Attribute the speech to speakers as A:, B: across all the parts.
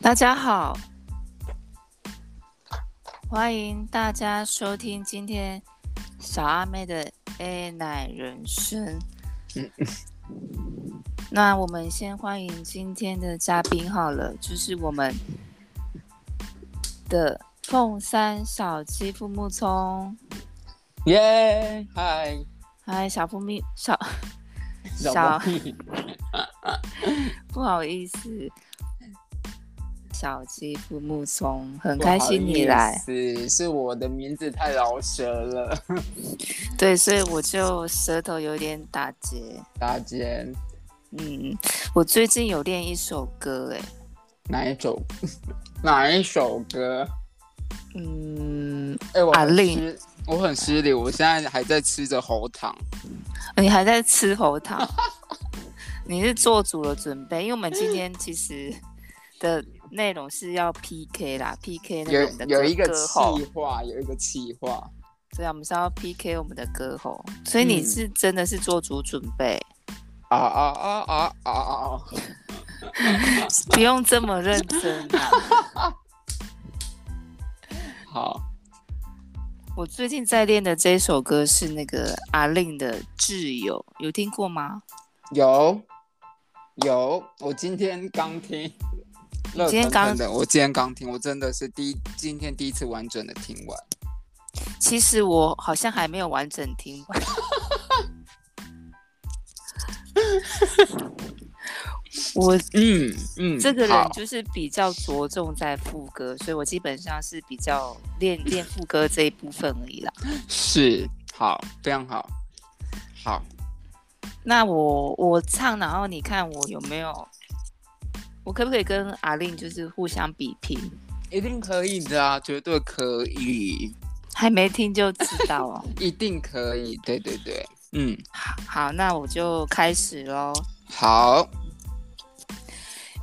A: 大家好，欢迎大家收听今天小阿妹的 A 奶人生。那我们先欢迎今天的嘉宾好了，就是我们的凤山小鸡父木聪。
B: 耶，嗨，
A: 嗨，小父咪小
B: 小猫咪，
A: 不好意思，小鸡父木聪，很开心你来。
B: 是是我的名字太饶舌了，
A: 对，所以我就舌头有点打结。
B: 大姐，
A: 嗯，我最近有练一首歌，哎，
B: 哪一首哪一首歌？
A: 嗯，
B: 哎、我
A: 阿
B: 很
A: 令
B: 失，我很失礼，我现在还在吃着喉糖。
A: 你还在吃喉糖？ 你是做足了准备，因为我们今天其实的内容是要 PK 啦，PK 那
B: 有
A: 我们的
B: 有一个
A: 歌歌喉
B: 气，话，有一个气话，
A: 对啊，我们是要 PK 我们的歌喉，所以你
B: 嗯
A: 是真的是做足准备，
B: 啊啊啊啊啊啊！啊
A: 不用这么认真啊。
B: 好，
A: 我最近在练的这首歌是那个阿令的《挚友》，有听过吗？
B: 有有，我今天刚听。热
A: 今天
B: 腾
A: 刚
B: 腾的，我今天刚听，我真的是第一今天第一次完整的听完。
A: 其实我好像还没有完整听完。 我
B: 嗯嗯，
A: 这个人
B: 好
A: 就是比较着重在副歌，所以我基本上是比较练练副歌这一部分而已啦。
B: 是好，非常好，好，
A: 那我我唱，然后你看我有没有，我可不可以跟阿令就是互相比拼？
B: 一定可以的啊，绝对可以，
A: 还没听就知道哦。
B: 一定可以，对对对，嗯，
A: 好，那我就开始喽。
B: 好，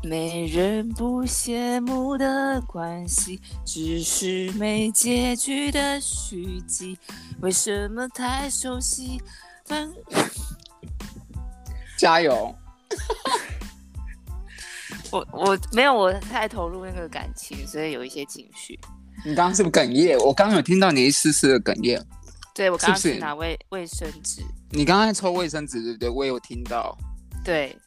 A: 没人不羡慕的关系，只是没结局的续集。为什么太熟悉？嗯反
B: 加油，
A: 我我没有我太投入那个感情，所以有一些情绪。
B: 你刚刚是不是哽咽？我刚刚有听到你一丝丝的哽咽，
A: 对我刚刚
B: 是不
A: 去
B: 是
A: 拿卫卫生纸，
B: 你刚刚在抽卫生纸对不对？我有听到，
A: 对，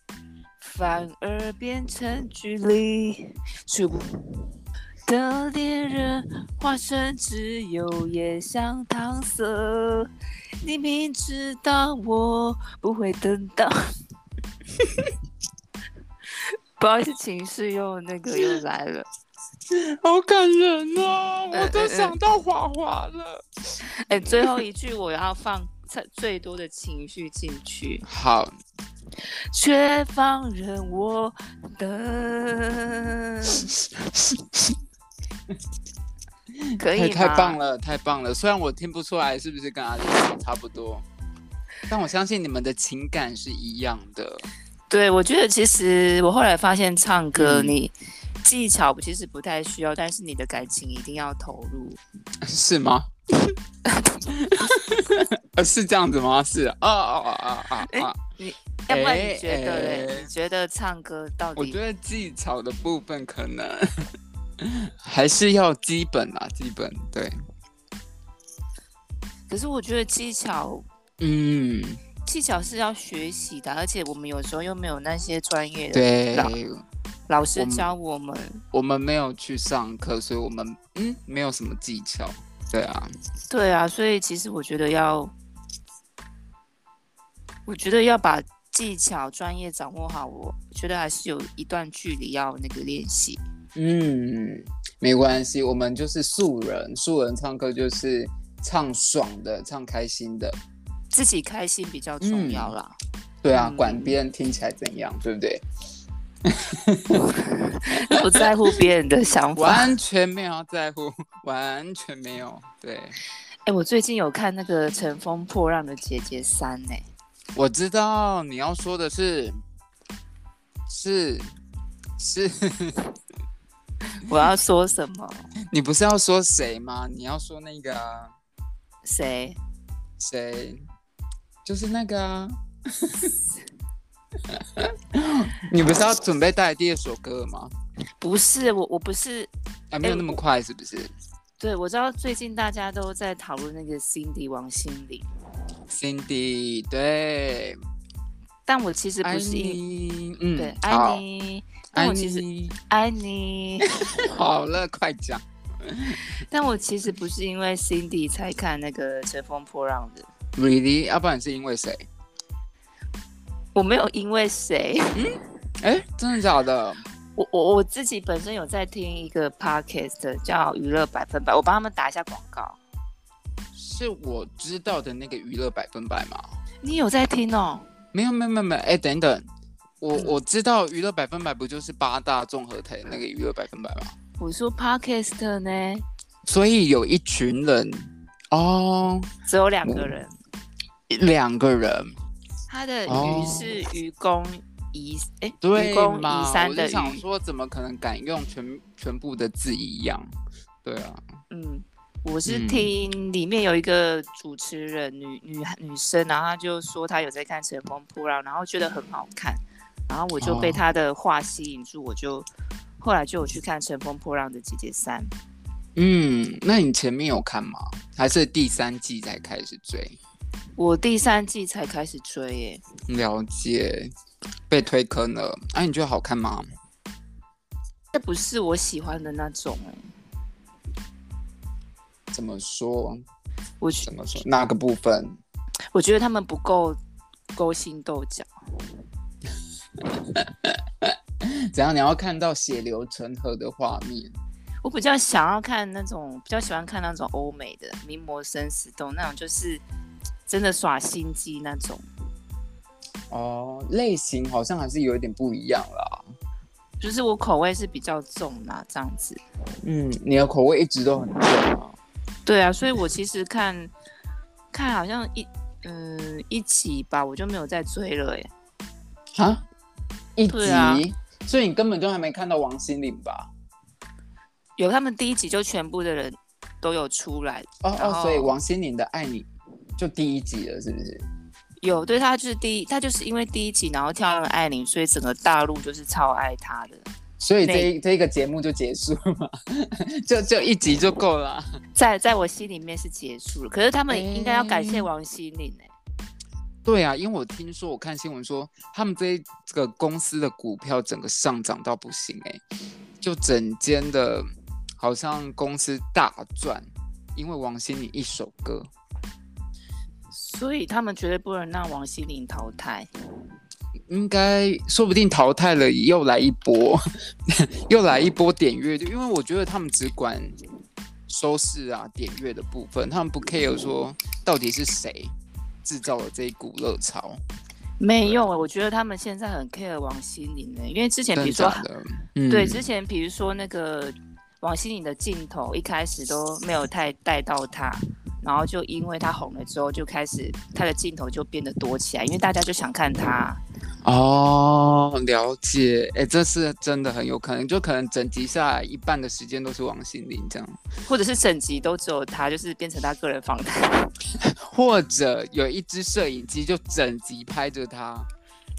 A: 反而变成距离，触不的恋人化身只有夜香搪塞。你明知道我不会等到， 不好意思，情绪又那个又来了。
B: 好感人哦，
A: 呃
B: 我都
A: 呃
B: 想到华华了。
A: 哎、最后一句我要放最最多的情绪进去，
B: 好，
A: 却放任我等。可以吗？
B: 太太棒了，太棒了！虽然我听不出来是不是跟阿丽差不多，但我相信你们的情感是一样的。
A: 对，我觉得其实我后来发现，唱歌
B: 嗯
A: 你技巧其实不太需要，但是你的感情一定要投入。
B: 是吗？ 呃，是这样子吗？是啊啊啊啊啊啊！
A: 要不然你
B: 哎
A: 觉得嘞？
B: 哎
A: 你觉得唱歌到
B: 我
A: 底
B: 觉得技巧的部分可能 还是要基本啊，基本对，
A: 可是我觉得技巧
B: 嗯，
A: 技巧是要学习的，而且我们有时候又没有那些专业的
B: 对，
A: 老
B: 我
A: 师
B: 们
A: 教我们。
B: 我们没有去上课，所以我们嗯没有什么技巧，对啊，
A: 对啊，所以其实我觉得要，我觉得要把技巧专业掌握好，我觉得还是有一段距离要那个练习。
B: 嗯，没关系，我们就是素人，素人唱歌就是唱爽的，唱开心的，
A: 自己开心比较重
B: 嗯
A: 要啦。
B: 对啊，
A: 嗯
B: 管别人听起来怎样，对不对？
A: 不在乎别人的想 法。
B: 完全没有要在乎， 完全没有。对，
A: 哎、我最近有看那个《乘风破浪的姐姐三、欸》
B: 我知道你要说的是，是是，
A: 我要说什么？
B: 你不是要说谁吗？你要说那个啊
A: 谁？
B: 谁，就是那个啊。 你不是要准备带来第二首歌吗？
A: 不是我，我不是，
B: 啊，没有那么快，是不是
A: 对我知道最近大家都在讨论那个 Cindy 王心凌，
B: ？Cindy，对，
A: 但我其实
B: 安
A: 不是一
B: 妮，嗯，
A: 对
B: 好
A: 安，妮，但我
B: 安
A: 其实
B: 妮，
A: 安妮，
B: 好了，快讲。
A: 但我其实不是因为 Cindy 才看那个《乘风破浪》的，
B: Really？要不然是因为谁？
A: 我没有因为谁，
B: 哎，真的假的？
A: 我我我自己本身有在听一个 podcast 叫《娱乐百分百》，我帮他们打一下广告。
B: 是我知道的那个娱乐百分百吗？
A: 你有在听哦？
B: 没有，没有，没有，没有。哎，等等，我
A: 嗯
B: 我知道娱乐百分百不就是八大综合台的那个娱乐百分百吗？
A: 我说 podcast 呢，
B: 所以有一群人哦，
A: 只有两个人，
B: 两个人，
A: 他的
B: 哦
A: 鱼是愚公移，哎、
B: 对
A: 愚公
B: 嘛？
A: 移山
B: 我
A: 的
B: 就
A: 愚，
B: 想说，怎么可能敢用全全部的字一样？对啊，
A: 嗯。我是
B: 嗯
A: 听里面有一个主持人，女女女生，然后她就说她有在看《乘风破浪》，然后觉得很好看，然后我就被
B: 哦
A: 她的话吸引住，我就后来就有去看《乘风破浪的姐姐三》。
B: 嗯，那你前面有看吗？还是第三季才开始追？
A: 我第三季才开始追耶，
B: 了解，被推坑了。哎、你觉得好看吗？
A: 这不是我喜欢的那种哎，
B: 怎么说？
A: 我觉
B: 怎么说？哪个部分？
A: 我觉得他们不够勾心斗角，
B: 怎样？你要看到血流成河的画面？
A: 我比较想要看那种，比较喜欢看那种欧美的名模生死斗那种，就是真的耍心机那种，
B: 哦，类型好像还是有一点不一样啦。
A: 就是我口味是比较重啦、这样子。
B: 嗯，你的口味一直都很重啊。
A: 对啊，所以我其实看看好像一嗯一起吧，我就没有再追了耶。
B: 啊？一
A: 对
B: 集？
A: 啊
B: 所以你根本就还没看到王心凌吧？
A: 有他们第一集就全部的人都有出来，
B: 哦
A: 然后
B: 哦，所以王心凌的《爱你》就第一集了，是不是？
A: 有，对他就是第一，他就是因为第一集，然后跳那个艾琳，所以整个大陆就是超爱他的。
B: 所以这一这一个节目就结束了嘛， 就就一集就够了啊。
A: 在在我心里面是结束了，可是他们应该要感谢
B: 嗯
A: 王心凌哎、
B: 对啊，因为我听说，我看新闻说，他们这一这个公司的股票整个上涨到不行哎、就整间的，好像公司大赚，因为王心凌一首歌。
A: 所以他们绝对不能让王心凌淘汰。
B: 应该说不定淘汰了，又来一波， 又来一波点阅率，因为我觉得他们只管收视啊、点阅的部分，他们不 care 说到底是谁制造了这一股热潮，
A: 没有啊，我觉得他们现在很 care 王心凌哎、因为之前
B: 真
A: 比
B: 的
A: 如说
B: 假的？嗯，
A: 对之前比如说那个王心凌的镜头一开始都没有太带到她，然后就因为她红了之后，就开始她的镜头就变得多起来，因为大家就想看她。
B: 哦，了解，哎、这是真的很有可能，就可能整集下来一半的时间都是王心凌这样，
A: 或者是整集都只有他，就是变成他个人访谈。
B: 或者有一支摄影机就整集拍着他，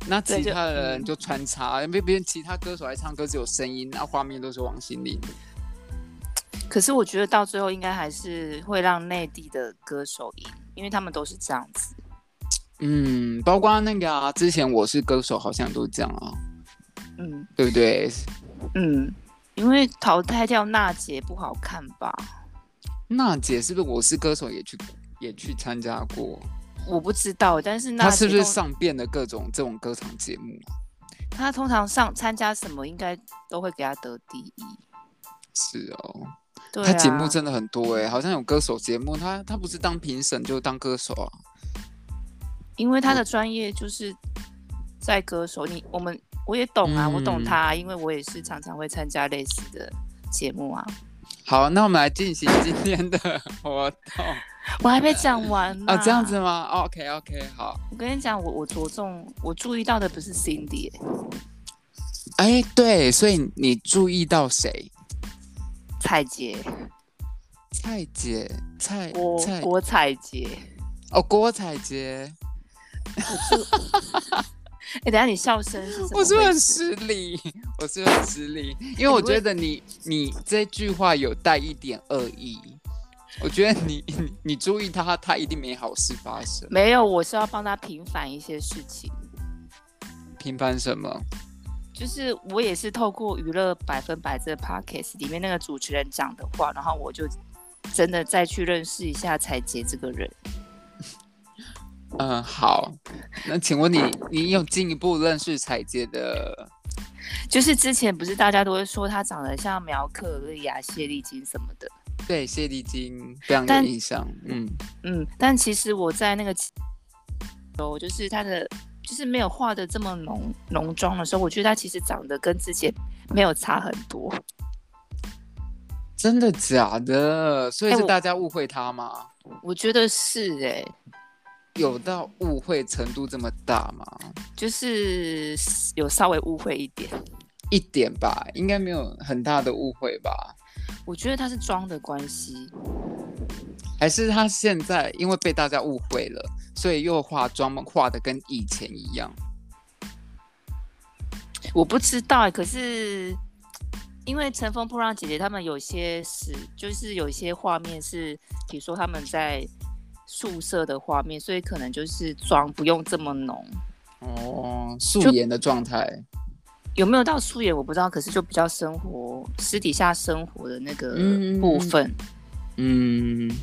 B: 那
A: 对
B: 其
A: 就嗯
B: 他人就穿插，因为别人其他歌手来唱歌只有声音，那画面都是王心凌。
A: 可是我觉得到最后应该还是会让内地的歌手赢，因为他们都是这样子。
B: 嗯，包括那个啊，之前我是歌手好像都是这样啊，
A: 嗯
B: 对不对？
A: 嗯，因为淘汰掉娜姐不好看吧？
B: 娜姐是不是我是歌手也去也去参加过？
A: 我不知道，但是娜
B: 她
A: 姐
B: 是不是
A: 通
B: 上遍了各种这种歌唱节目啊？
A: 她通常上参加什么，应该都会给她得第一。
B: 是哦，
A: 对啊，
B: 他节目真的很多哎、好像有歌手节目，他他不是当评审就是当歌手啊。
A: 因为她
B: 嗯
A: 的专业就是在歌手，你我们我也懂啊，
B: 嗯
A: 我懂她，因为我也是常常会参加类似的节目啊。
B: 好，那我们来进行今天的活 动
A: 我还没讲 完呢、
B: 啊，这样子吗、o k OK，好。
A: 我跟你讲，我我着重我注意到的不是 Cindy，欸
B: 哎、对，所以你注意到谁？
A: 蔡杰，
B: 蔡姐，蔡
A: 郭
B: 蔡
A: 郭蔡杰，
B: 哦，郭采洁。
A: 哎、等一下你笑声是怎么
B: 我
A: 回
B: 是不是很
A: 事
B: 失礼，我是不是很失礼，因为我觉得你你这句话有带一点恶意，我觉得你你你注意他，他一定没好事发生。
A: 没有，我是要帮他平反一些事情。
B: 平凡什么？
A: 就是我也是透过娱乐百分百这个 podcast 里面那个主持人讲的话，然后我就真的再去认识一下彩杰这个人。
B: 嗯，好。那请问你你有进一步认识彩姐的？
A: 就是之前不是大家都会说他长得像苗可丽啊、谢丽金什么的，
B: 对，谢丽金非常有
A: 但
B: 印象。嗯，
A: 嗯，但其实我在那个哦，就是他的就是没有画的这么浓浓妆的时候，我觉得他其实长得跟之前没有差很多。
B: 真的假的？所以
A: 哎
B: 是
A: 我
B: 大家误会他吗？
A: 我觉得是欸诶、
B: 有到误会程度这么大吗？
A: 就是有稍微误会一点。
B: 一点吧，应该没有很大的误会吧？
A: 我觉得他是妆的关系，
B: 还是他现在因为被大家误会了，所以又化妆化的跟以前一样？
A: 我不知道、欸，可是因为《乘风破浪》姐姐他们有些是，就是有一些画面是，比如说他们在宿舍的画面，所以可能就是妆不用这么浓。
B: 哦，素颜的状态，
A: 有没有到素颜我不知道，可是就比较生活私底下生活的那个
B: 嗯
A: 部分，
B: 嗯，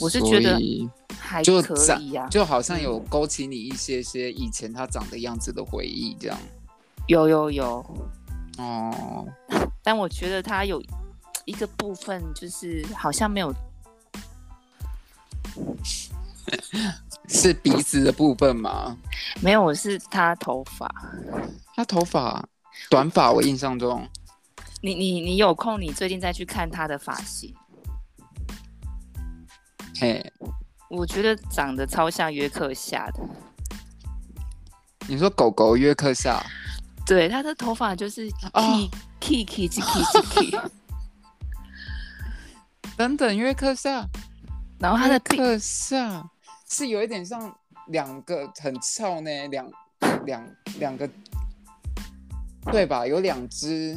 A: 我是觉得
B: 所以
A: 还
B: 就
A: 可
B: 长
A: 以啊。
B: 就好像有勾起你一些些以前他长的样子的回忆，这样。
A: 有有有，
B: 哦，
A: 但我觉得他有一个部分就是好像没有
B: 是鼻子的部分吗？
A: 没有是他头发。
B: 他头发短发，我印象中
A: 你你你有空你最近再去看他的发型。
B: 嘿，
A: 我觉得长得超像约克夏的，
B: 你说狗狗约克夏，
A: 对，他的头发就是
B: 哦
A: k k k k k k，
B: 等等，约克夏，
A: 然后他
B: 约
A: 的鬓
B: 克夏是有一点像两个很翘呢，两两两个，对吧？有两只，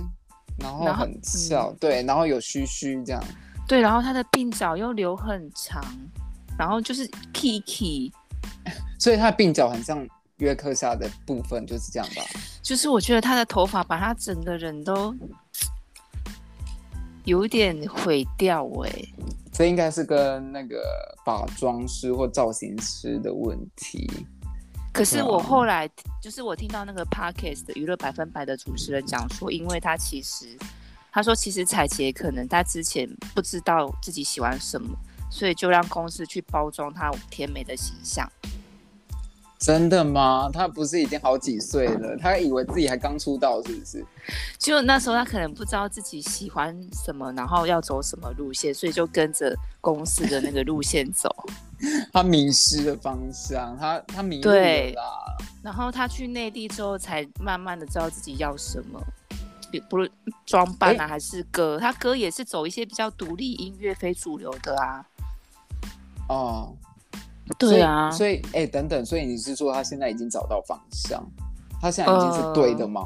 B: 然后
A: 然后嗯
B: 很翘，对，然后有须须这样，
A: 对，然后他的鬓角又留很长，然后就是 k k，
B: 所以它的鬓角很像约克夏的部分就是这样吧。
A: 就是我觉得他的头发把他整个人都有一点毁掉哎、
B: 这应该是跟那个发妆师或造型师的问题。
A: 可是
B: 对啊
A: 我后来就是我听到那个 podcast 的娱乐百分百的主持人讲说，因为他其实他说其实彩杰可能他之前不知道自己喜欢什么，所以就让公司去包装他甜美的形象。
B: 真的吗？他不是已经好几岁了？他以为自己还刚出道，是不是？
A: 就那时候他可能不知道自己喜欢什么，然后要走什么路线，所以就跟着公司的那个路线走。
B: 他迷失了方向，他他迷路了
A: 对
B: 啦。
A: 然后他去内地之后，才慢慢的知道自己要什么，比不论装扮啊，还是歌，他歌也是走一些比较独立音乐、非主流的啊。
B: 哦，
A: 对啊，
B: 所以所以哎、等等，所以你是说他现在已经找到方向？他现在已经
A: 呃
B: 是对的吗？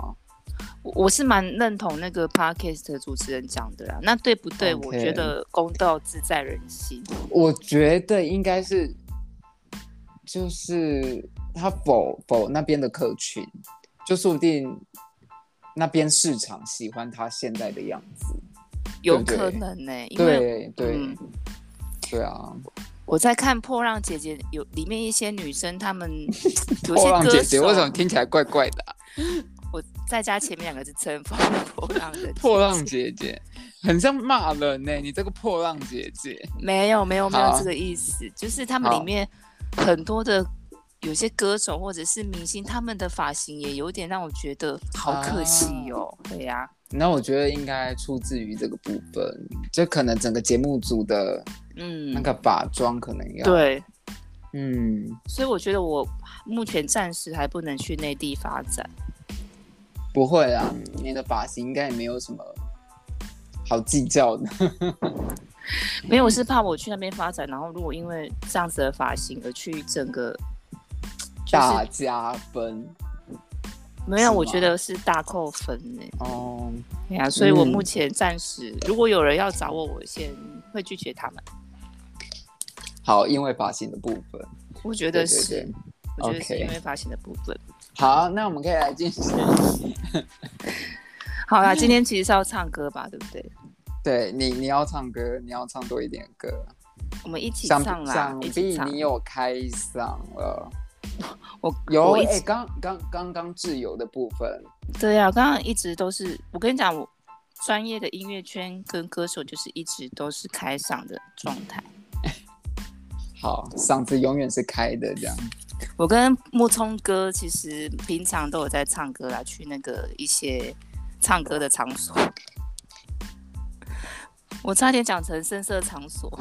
A: 我我是蛮认同那个 podcast 的主持人讲的啦。那对不对
B: OK
A: 我觉得公道自在人心。
B: 我觉得应该是，就是他否否那边的客群，就说不定那边市场喜欢他现在的样子。
A: 有
B: 对
A: 可能呢、因为
B: 对对、
A: 嗯
B: 对啊！
A: 我在看《破浪姐姐》有里面一些女生，她们有
B: 破
A: 些
B: 浪
A: 歌手，
B: 姐姐为什么听起来怪怪的啊、
A: 我再加前面两个字“乘风 破浪”的姐
B: 破浪姐姐很像骂人呢、你这个破浪姐姐。
A: 没有没有没有
B: 好
A: 这个意思，就是他们里
B: 好
A: 面很多的有些歌手或者是明星，他们的发型也有点让我觉得好可惜
B: 啊
A: 哦。对呀、
B: 那我觉得应该出自于这个部分，就可能整个节目组的
A: 嗯，
B: 那个把妆可能要，
A: 对，
B: 嗯，
A: 所以我觉得我目前暂时还不能去内地发展。
B: 不会啊，你的发型应该也没有什么好计 较的。
A: 没有，我是怕我去那边发展，然后如果因为这样子的发型而去整个
B: 大加分
A: 没有，
B: 是
A: 我
B: 吗
A: 觉得是大扣分呢、
B: 哦。
A: 对呀、所以我
B: 嗯
A: 目前暂时，如果有人要找我，我先会拒绝他们。
B: 好，因为发型的部分，
A: 我觉得
B: 对对
A: 是，
B: 对
A: 我觉得是
B: OK
A: 因为发型的部分。
B: 好，那我们可以来进行。
A: 好 啦，今天其实是要唱歌吧，对不对？
B: 对你，你要唱歌，你要唱多一点歌。
A: 我们一起
B: 想
A: 唱啦
B: 想，
A: 一起
B: 必
A: 唱。
B: 你有开嗓了，
A: 我
B: 有
A: 我一
B: 哎，
A: 直
B: 刚刚刚刚自由的部分，
A: 对呀、啊，刚刚一直都是，我跟你讲，我专业的音乐圈跟歌手就是一直都是开嗓的状态。
B: 好，嗓子永远是开 的这样。
A: 我跟木聪哥其实平常都有在唱歌啦，去那个一些唱歌的场 所。我差点讲成声色场所，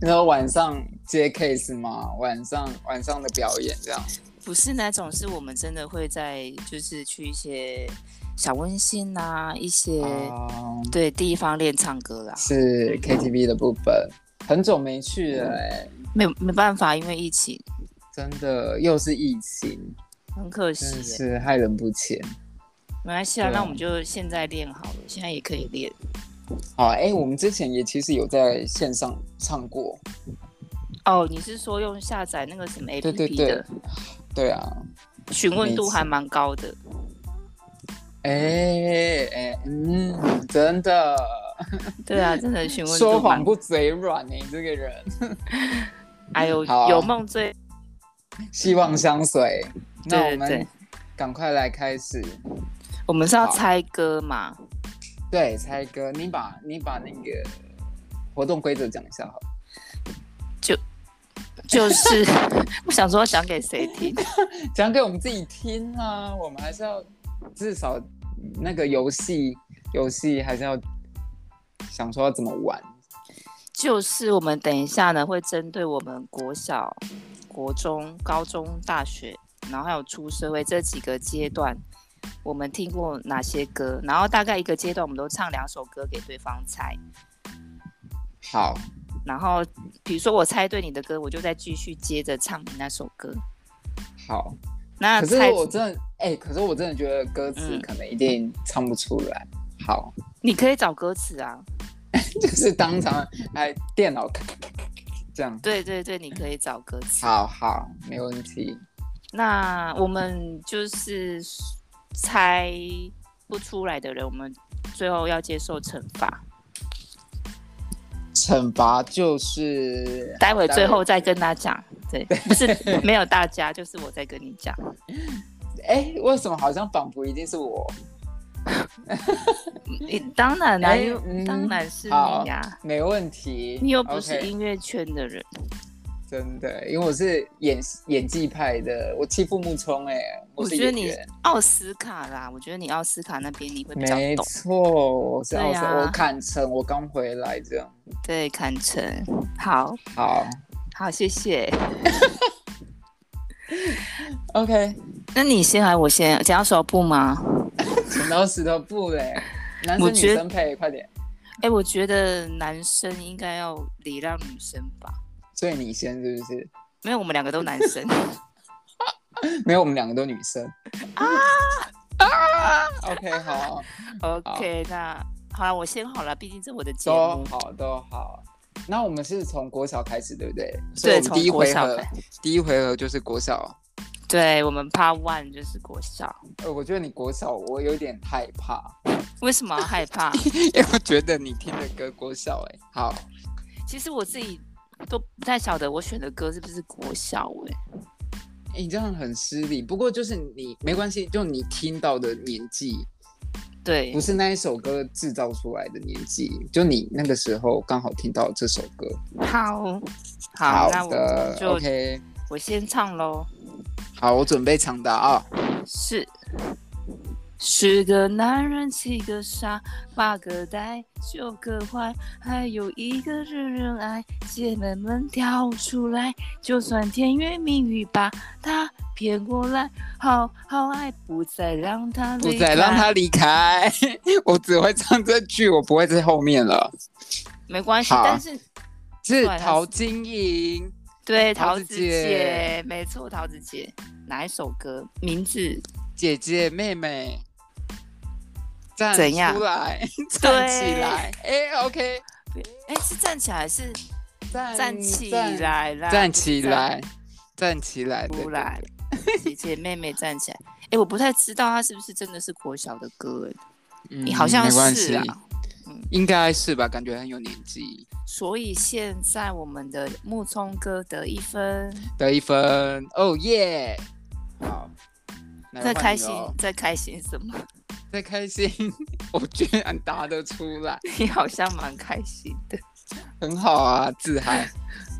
B: 然后晚上接 case 吗？晚上晚上的表演这样。
A: 不是那种，是我们真的会在就是去一些小温馨啊，一些、
B: 哦，
A: 对地方练唱歌啦。
B: 是 KTV 的部分，很久没去
A: 嗯
B: 了哎，
A: 没没办法，因为疫情，
B: 真的又是疫情，
A: 很可惜
B: 真的
A: 耶、
B: 是害人不浅。
A: 没关系啊，
B: 对啊
A: 那我们就现在练好了，现在也可以练。
B: 好，
A: 嗯
B: 哎，我们之前也其实有在线上唱过，
A: 哦，你是说用下载那个什么 APP
B: 对
A: 的？
B: 对对，对啊，
A: 询问度还蛮高的。嗯
B: 哎哎嗯，真的
A: 对啊，真的询问
B: 说
A: 度蛮
B: 谎。不嘴软哎，你这个人，
A: 哎呦，
B: 好啊
A: 有梦最
B: 希望相随。那我
A: 嗯对对
B: 们
A: 对
B: 赶快来开始。
A: 我们是要
B: 好
A: 猜歌嘛？
B: 对，猜歌，你把你把那个活动规则讲一下好了。
A: 就是 我想说讲给谁听？
B: 讲给我们自己听啊，我们还是要至少那个游戏游戏还是要想说要怎么玩。
A: 就是我们等一下呢会针对我们国小、国中、高中、大学，然后还有出社会这几个阶段，我们听过哪些歌？然后大概一个阶段我们都唱两首歌给对方猜。
B: 好，
A: 然后比如说我猜对你的歌，我就再继续接着唱你那首歌。
B: 好，
A: 那
B: 可是
A: 猜
B: 我真的哎、可是我真的觉得歌词
A: 嗯
B: 可能一定唱不出来。好，
A: 你可以找歌词啊，
B: 就是当场哎电脑咔咔咔咔咔这样。
A: 对对对，你可以找歌词。
B: 好好，没问题。
A: 那我们就是猜不出来的人，我们最后要接受惩罚。
B: 惩罚就是
A: 待会最后再跟他讲，对，不是没有大家，就是我在跟你讲。
B: 哎、为什么好像仿佛一定是我？
A: 你当然啦、
B: 哎
A: 因为
B: 嗯
A: 当然是
B: 好
A: 你呀、啊
B: 没问题，
A: 你又不是
B: OK，
A: 音乐圈的人。
B: 真的，因为我是演演技派的，我欺负木聪哎、
A: 我
B: 是
A: 觉得你
B: 演员
A: 奥斯卡啦，我觉得你奥斯卡那边你会比较
B: 没
A: 懂，
B: 错，我是奥斯、
A: 对啊
B: 我坎城，我刚回来这样。
A: 对，堪称好
B: 好
A: 好，谢谢。
B: ，OK，
A: 那你先还我先剪刀手布吗？
B: 剪刀石头布嘞，男
A: 我
B: 生女
A: 觉得
B: 生配，快点，
A: 哎、我觉得男生应该要礼让女生吧，
B: 所以你先是不是？
A: 没有，我们两个都男生。
B: 没有，我们两个都女生。啊啊！OK，好，
A: OK，那好了，我先好了，毕竟这我的节
B: 都
A: 目。
B: 好，都好。那我们是从国小开始，对不对？所
A: 对，
B: 以我们
A: 从
B: 第一
A: 国
B: 回
A: 小
B: 合
A: 开，，
B: 第一回合就是国小。
A: 对我们 Part One 就是国小。
B: 呃，我觉得你国小我有点害怕，
A: 为什么要害怕？
B: 因为我觉得你听的歌国小哎、好，
A: 其实我自己都不太晓得我选的歌是不是国小哎、
B: 哎你这样很失礼。不过就是你没关系，就你听到的年纪，
A: 对
B: 不，是那一首歌制造出来的年纪，就你那个时候刚好听到这首歌。
A: 好，好，那我
B: 的
A: 就
B: ，OK，
A: 我先唱喽。
B: 好，我准备抢答啊、
A: 是，十个男人，七个傻，八个呆，九个坏，还有一个人人爱。姐妹们跳出来，就算甜言蜜语把他骗过来，好好爱，不再让他
B: 不
A: 离
B: 再让
A: 开
B: 他 离开， 我只会唱这句，我不会在后面了。
A: 没关系，
B: 好
A: 但是
B: 是
A: 对他是
B: 陶晶莹，
A: 对，
B: 桃
A: 桃
B: 子
A: 子
B: 姐
A: 姐，没错，桃子姐，哪一首歌？名字？
B: 姐姐妹妹，站
A: 怎样
B: 出来， 站起来，哎，OK，
A: 哎，是站起来，是
B: 站
A: 站起，来啦，
B: 哎站站起来，站起来，对
A: 出来，姐姐妹妹站起来。哎，我不太知道他是不是真的是国小的歌，哎，
B: 对对
A: 你
B: 嗯
A: 好像
B: 没关
A: 是
B: 系
A: 啊。，
B: 应该是吧？感觉很有年纪，
A: 所以现在我们的木聪哥得一分，
B: 得一分，哦耶！好，来
A: 在
B: 哎换
A: 开
B: 你哦
A: 心
B: 咯，
A: 在开心什么？
B: 在开心， 我居然答得出来，
A: 你好像蛮开心的，
B: 很好啊，自嗨。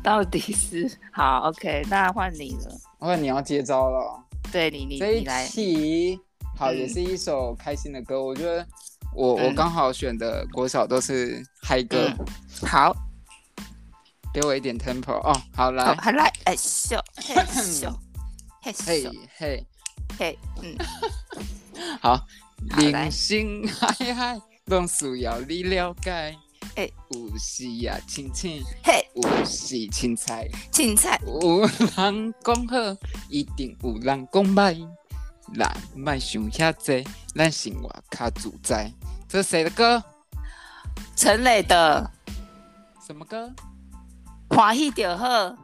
A: 到底是好 OK？那换你了，
B: 我看你要接招了。
A: 对你你
B: 这一
A: 你来，
B: 期好，
A: 嗯
B: 也是一首开心的歌。我觉得我、
A: 嗯
B: 我刚好选的国小都是嗨歌，
A: 嗯，好，
B: 给我一点 tempo 哦。好
A: 好
B: 来，嗯
A: 还来，哎咻，嘿咻，嘿
B: 嘿
A: 咻，
B: 嘿，
A: 嘿，嗯，
B: 好，
A: 来
B: 人生嗨嗨，拢需要你了解。
A: 嘿
B: 有时啊，亲亲，
A: 嘿，
B: 有时凊彩，
A: 芹菜，
B: 有人讲好，一定有人讲歹。咱莫想遐济，咱生活较自在。这是谁的歌？
A: 陈磊的
B: 什么歌？
A: 华裔点鹤，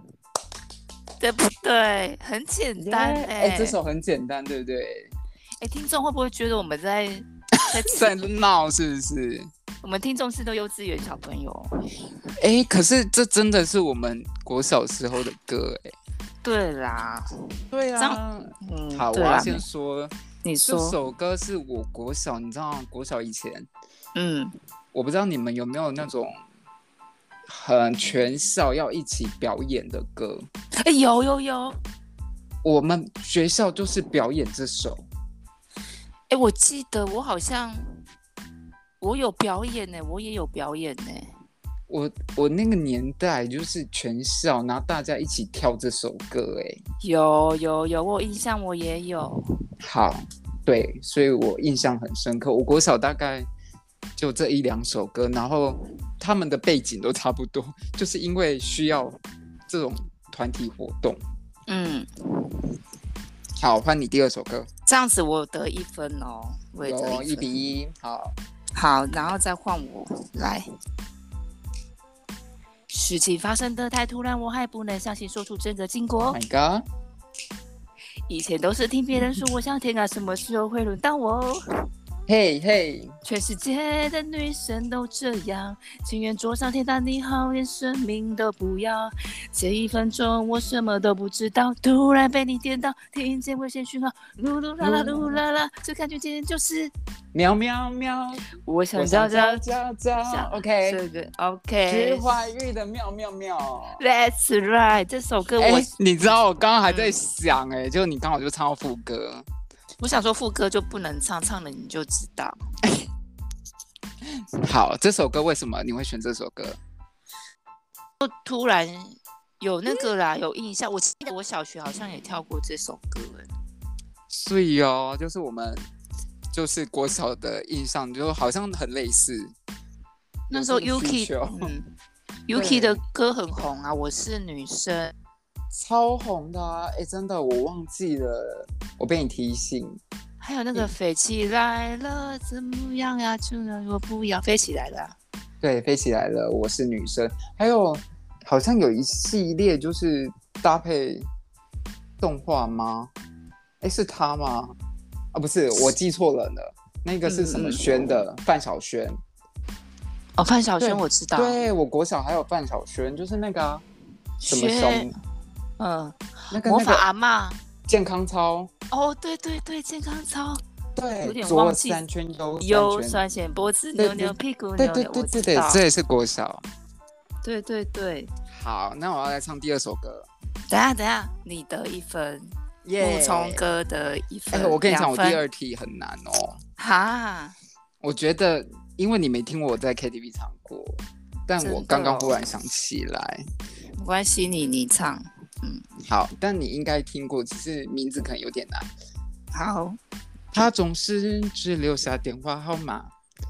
A: 对不对？很简单
B: 耶
A: 哎、
B: 这首很简单，对不对？
A: 哎、听众会不会觉得我们 在在吃
B: 在闹是不是？
A: 我们听众是都幼稚园小朋友，
B: 哎、可是这真的是我们国小时候的歌、哎。
A: 对啦，
B: 对
A: 这
B: 啊，
A: 嗯，
B: 好，我
A: 对
B: 要
A: 啦，
B: 先说，
A: 你
B: 这
A: 说，
B: 首歌是我国小，你知道吗，国小以前，
A: 嗯，
B: 我不知道你们有没有那种很全校要一起表演的歌，
A: 哎、有有有，
B: 我们学校就是表演这首，
A: 哎、我记得我好像我有表演呢、我也有表演呢、
B: 我我那个年代就是全校，然后大家一起跳这首歌、哎。
A: 有有有，我有印象我也有，
B: 好，对，所以我印象很深刻。我国小大概就这一两首歌，然后他们的背景都差不多，就是因为需要这种团体活动。
A: 嗯，
B: 好，换你第二首歌，
A: 这样子我得一分哦，我也
B: 有
A: 得
B: 一
A: 一
B: 比
A: 分，
B: 一。好，
A: 好，然后再换我来。事情发生的太突然，我还不能相信，说出真的经过。
B: ，Oh My God，
A: 以前都是听别人说我像天啊，什么时候会轮到我？
B: 嘿嘿，
A: 全世界的女生都这样，情愿坐上铁达尼号，连生命都不要。前一分钟我什么都不知道，突然被你颠倒，听见危险讯号，噜噜啦啦噜噜啦啦，这感觉简直就是
B: 喵喵喵，
A: 我想
B: 我
A: 叫
B: 想
A: 叫
B: 叫叫叫
A: 叫
B: 哦，OK，
A: 这个
B: 徐
A: OK。
B: 怀钰的妙妙妙。
A: That's right，这首歌
B: 哎、
A: 我、嗯
B: 你知道我刚刚还在想、哎、就你刚好就唱到副歌，
A: 我想说副歌就不能唱，唱了你就知道。
B: 好，这首歌为什么你会选这首歌？
A: 就突然有那个
B: 嗯
A: 啦，有印象。我记得我小学好像也跳过这首歌、哎
B: 所以哦，就是我们就是国小的印象，就好像很类似。
A: 那时候
B: 有这个需
A: Yuki，
B: 求
A: 嗯，Yuki 的歌很红啊，我是女生，
B: 超红的、啊，哎、真的我忘记了，我被你提醒。
A: 还有那
B: 嗯
A: 个飞起来了，怎么样呀？就能我不要飞起来了啊，
B: 对，飞起来了，我是女生，还有好像有一系列就是搭配动画吗？哎、是他吗？啊，不是，我记错人了。那个是什
A: 嗯嗯
B: 么
A: 嗯
B: 轩的？范晓萱。
A: 哦，范晓萱
B: 对
A: 我知道，
B: 对，我国小还有范晓萱，就是那个啊、什么
A: 学
B: 熊，
A: 嗯，
B: 那个
A: 魔
B: 那
A: 法
B: 个
A: 阿嬷，
B: 健康操。
A: 哦，对对对，健康操，
B: 对，
A: 有点
B: 左
A: 忘
B: 耳
A: 记
B: 三圈，右
A: 腰
B: 三圈。
A: 酸显脖子
B: 对
A: 扭扭，
B: 对
A: 屁股
B: 对
A: 扭
B: 对
A: 扭，
B: 对
A: 我知
B: 对对
A: 道，，
B: 这也是国小。
A: 对对对，
B: 好，那我要来唱第二首歌。
A: 等一下等一下，你得一分，木聪哥得一
B: 哎、
A: 分，
B: 我跟你讲，我
A: 两分
B: 第二题很难哦。
A: 哈，
B: 我觉得，因为你没听我在 KTV 唱过，但
A: 真的
B: 我刚刚
A: 哦
B: 忽然想起来。
A: 没关系，你你唱，
B: 好，但你应该听过，只是名字可能有点难。
A: 好，
B: 他总是只留下电话号码，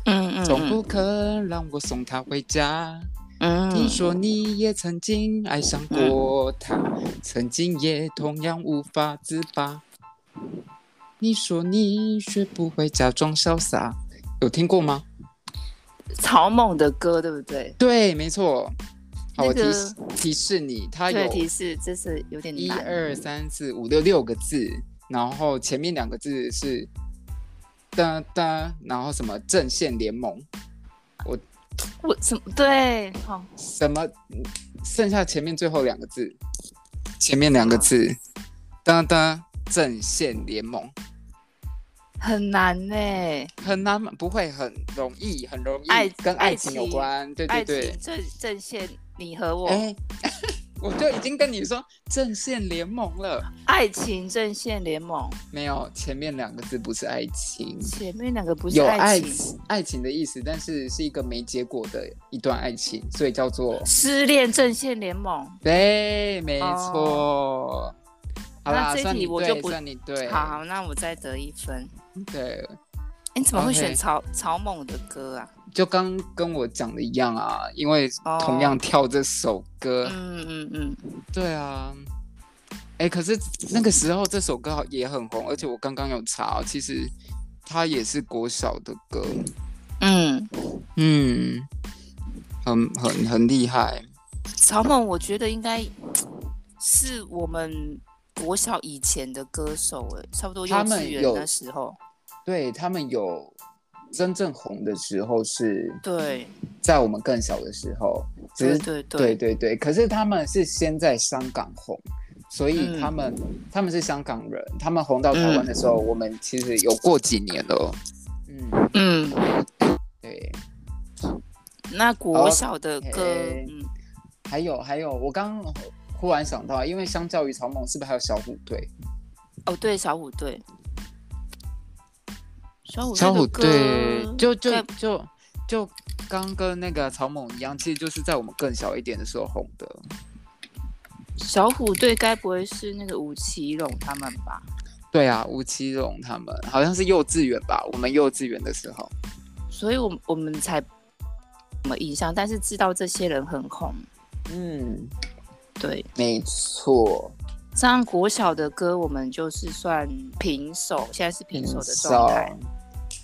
A: 嗯嗯，
B: 总不肯让我送他回家。
A: 嗯
B: 你
A: 嗯，
B: 说你也曾经爱上过他，曾经也同样无法自拔。你说你学不会假装潇洒，有听过吗？
A: 草蜢的歌对不对？
B: 对，没错。好，
A: 那
B: 我提
A: 个
B: 示提示你，它
A: 对，
B: 有
A: 提示这是有点
B: 一
A: 难。
B: 二三四五六六个字，然后前面两个字是哒哒，然后什么阵线联盟，
A: 我什么？对，哦好、
B: 什么剩下前面最后两个字，前面两个字哒哒阵线联盟
A: 很难呢、
B: 很难吗，不会很容易，很容易
A: 爱
B: 跟
A: 爱
B: 爱情有
A: 情
B: 关，对对
A: 爱
B: 对
A: 情，阵阵线，你和我，
B: 哎。 我就已经跟你说阵线联盟了，
A: 爱情阵线联盟，
B: 没有前面两个字不是爱情，
A: 前面两个不是
B: 有
A: 爱
B: 爱
A: 情，
B: 情爱情的意思，但是是一个没结果的一段爱情，所以叫做
A: 失恋阵线联盟。
B: 对，没
A: 哦
B: 错。好啦，
A: 那这一
B: 算你
A: 题我
B: 对
A: 就不
B: 算你对，
A: 好好，那我再得一分。
B: 对，
A: 哎你怎么会选
B: OK
A: 草草蜢的歌啊？
B: 就刚跟我讲的一样啊，因为
A: 哦
B: 同样跳这首歌，
A: 嗯嗯嗯，
B: 对啊。哎，可是那个时候这首歌好也很红，而且我刚刚有查，哦其实它也是国小的歌，
A: 嗯，
B: 嗯，很很很厉害。
A: 草蜢我觉得应该是我们国小以前的歌手哎，差不多幼
B: 他
A: 稚
B: 们
A: 园
B: 有
A: 那时候。
B: 对他们有真正红的时候是
A: 对
B: 在我们更小的时候，只
A: 对
B: 是
A: 对
B: 对对对，可是他们是先在香港红，所以
A: 嗯
B: 他们、他们是香港人，他们红到台湾的时候，我们其实有过几年了。嗯，
A: 嗯，
B: 对，
A: 那国小的歌，
B: 哦 OK
A: 嗯，
B: 还有还有，我刚刚忽然想到，因为相较于草蜢，是不是还有小虎队？
A: 哦对，小虎队，小虎
B: 小
A: 的
B: 虎
A: 哦歌
B: 队就就
A: 该
B: 就就刚跟那个草蜢一样，其实就是在我们更小一点的时候红的。
A: 小虎队该不会是那个吴奇隆他们吧？
B: 对啊，吴奇隆他们好像是幼稚园吧，我们幼稚园的时候。
A: 所以我们我们才什么印象，但是知道这些人很红。
B: 嗯，
A: 对，
B: 没错，
A: 这样国小的歌我们就是算平手，现在是平手的
B: 很
A: 状态。
B: 少。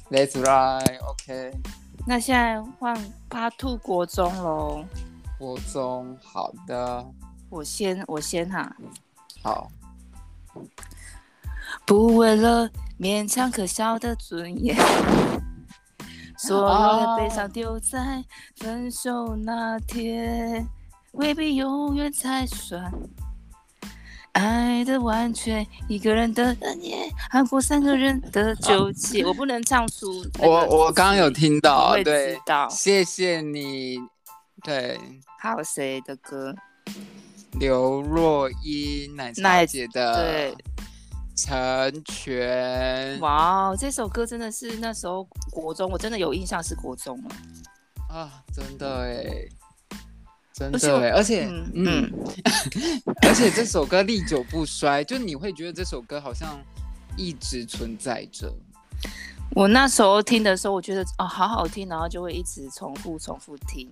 B: That's right, OK。
A: 那现在换趴兔国中喽，
B: 国中，好的，
A: 我先我先哈、
B: 好，
A: 不为了勉强可笑的尊 严，所有的悲伤丢在分手那天，未必永远才算。爱的完全，一个人的暗夜，韩国三个人的纠结， 我不能唱出那个
B: 我
A: 词
B: 我刚刚有听到
A: 我，也
B: 对
A: 知，道
B: 谢谢你，对，
A: 还有谁的歌？
B: 刘若英奶茶
A: 奶
B: 姐的
A: 对，
B: 成全
A: 哇哦，这首歌真的是那时候国中，我真的有印象是国中了。
B: 啊，真的哎，真
A: 而且我
B: 的哎，而且
A: 嗯
B: 嗯。而且这首歌历久不衰，就你会觉得这首歌好像一直存在着。
A: 我那时候听的时候，我觉得哦，好好听，然后就会一直重复重复听。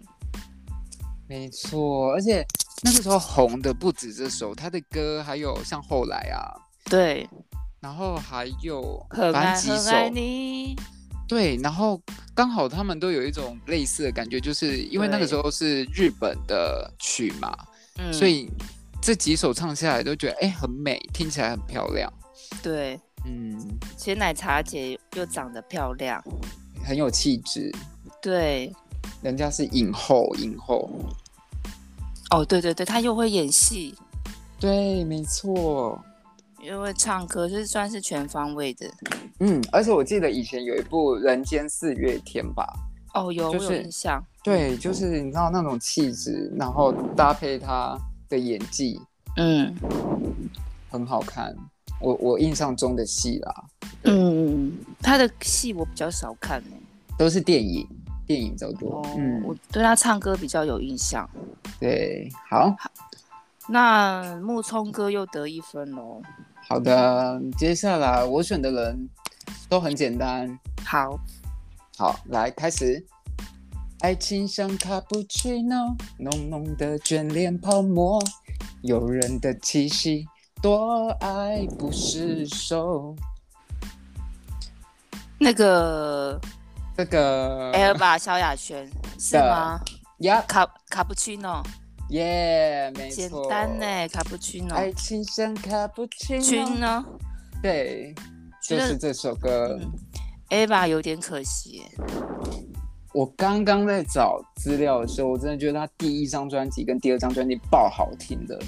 B: 没错，而且那个时候红的不止这首，他的歌还有像后来啊，
A: 对，
B: 然后还有
A: 很
B: 反
A: 爱
B: 正几
A: 很爱
B: 首，
A: 你，
B: 对，然后刚好他们都有一种类似的感觉，就是因为
A: 对
B: 那个时候是日本的曲嘛，
A: 嗯，
B: 所以这几首唱下来都觉得哎、很美，听起来很漂亮，
A: 对，
B: 嗯，
A: 其实奶茶姐又长得漂亮，
B: 很有气质，
A: 对，
B: 人家是影后，影后。
A: 哦，对对对，她又会演戏，
B: 对，没错。
A: 又会唱歌，就是算是全方位的。
B: 嗯，而且我记得以前有一部《人间四月天》吧，
A: 哦，有、
B: 就是
A: 我有印象，
B: 对，就是你知道那种气质，然后搭配他的演技，
A: 嗯
B: 很好看。我我印象中的戏啦，
A: 嗯，她的戏我比较少看呢、
B: 都是电影，电影较多。
A: 哦，我
B: 嗯，
A: 对她唱歌比较有印象。
B: 对，好
A: 那木聪哥又得一分哦喽。
B: 好的，接下来我选的人都很简单。
A: 好，
B: 好，来开始。爱情像卡布奇诺，浓浓的卷帘泡沫，诱人的气息，多爱不释手。
A: 那个
B: 这个
A: Elba 萧亚轩是
B: 呃的
A: 吗？
B: 呀，
A: 卡卡布奇诺，
B: 耶，没
A: 简
B: 错，哎
A: 单呢，卡布奇诺
B: 爱。情像卡布奇
A: 君
B: 诺，
A: 呢？
B: 对，
A: 觉
B: 就
A: 得
B: 是这首歌。
A: 嗯，Ava 有点可惜耶。
B: 我刚刚在找资料的时候，我真的觉得他第一张专辑跟第二张专辑爆好听的，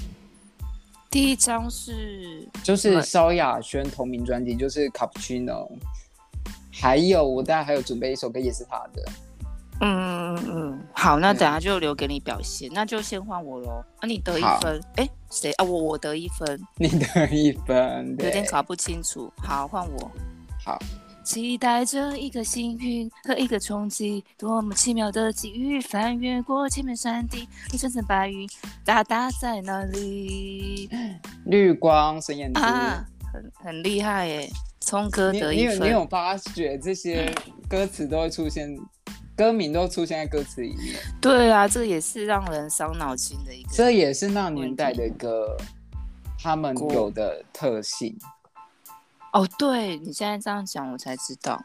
A: 第一张是
B: 就是
A: 对
B: 萧亚轩同名专辑，就是《Cappuccino》，还有我大概还有准备一首歌也是他的，
A: 嗯嗯嗯，好，那
B: 嗯
A: 等下就留给你表现，那就先换我喽。啊，你得一
B: 好
A: 分，哎，谁啊？我我得一分，
B: 你得一分，
A: 有点
B: 对，
A: 搞不清楚。好，换我。
B: 好，
A: 期待着一个幸运和一个冲击，多么奇妙的际遇！翻越过千面山顶，你层层白云哒哒在哪里？
B: 绿光孙燕姿，
A: 啊，很很厉害耶！聪哥
B: 你
A: 得
B: 你
A: 一
B: 有你
A: 分，
B: 有发觉这些歌词都会出现，歌名都出现在歌词里面，
A: 对啊，这也是让人伤脑筋的一个。
B: 这也是那年代的歌，他们有的特性，
A: 哦，对你现在这样讲，我才知道。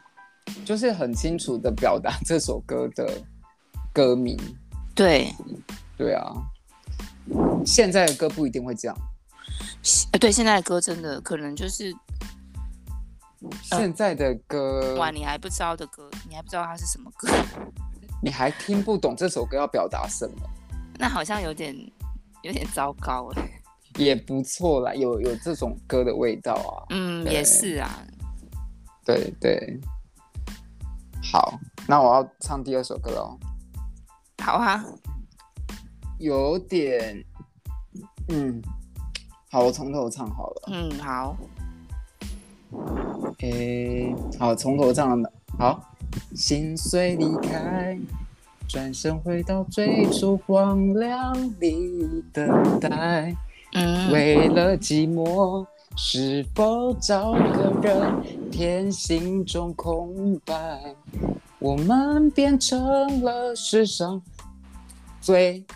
B: 就是很清楚的表达这首歌的歌名，
A: 对，
B: 对啊，现在的歌不一定会这样。
A: 呃对，现在的歌真的可能就是
B: 现在的歌，
A: 哇，你还嗯不知道的歌，你还不知道它是什么歌，
B: 你还听不懂这首歌要表达什么，
A: 那好像有点有点糟糕哎。
B: 也不错啦，有有这种歌的味道啊。
A: 嗯，
B: 对
A: 也是啊。
B: 对对，好，那我要唱第二首歌喽，
A: 好啊，
B: 有点，嗯，好，我从头唱好了。
A: 嗯，好，
B: 诶、好，从头唱了。好，心碎离开，转身回到最初荒凉里等待。
A: 嗯，
B: 为了寂寞，是否找个人填心中空白？我们变成了世上最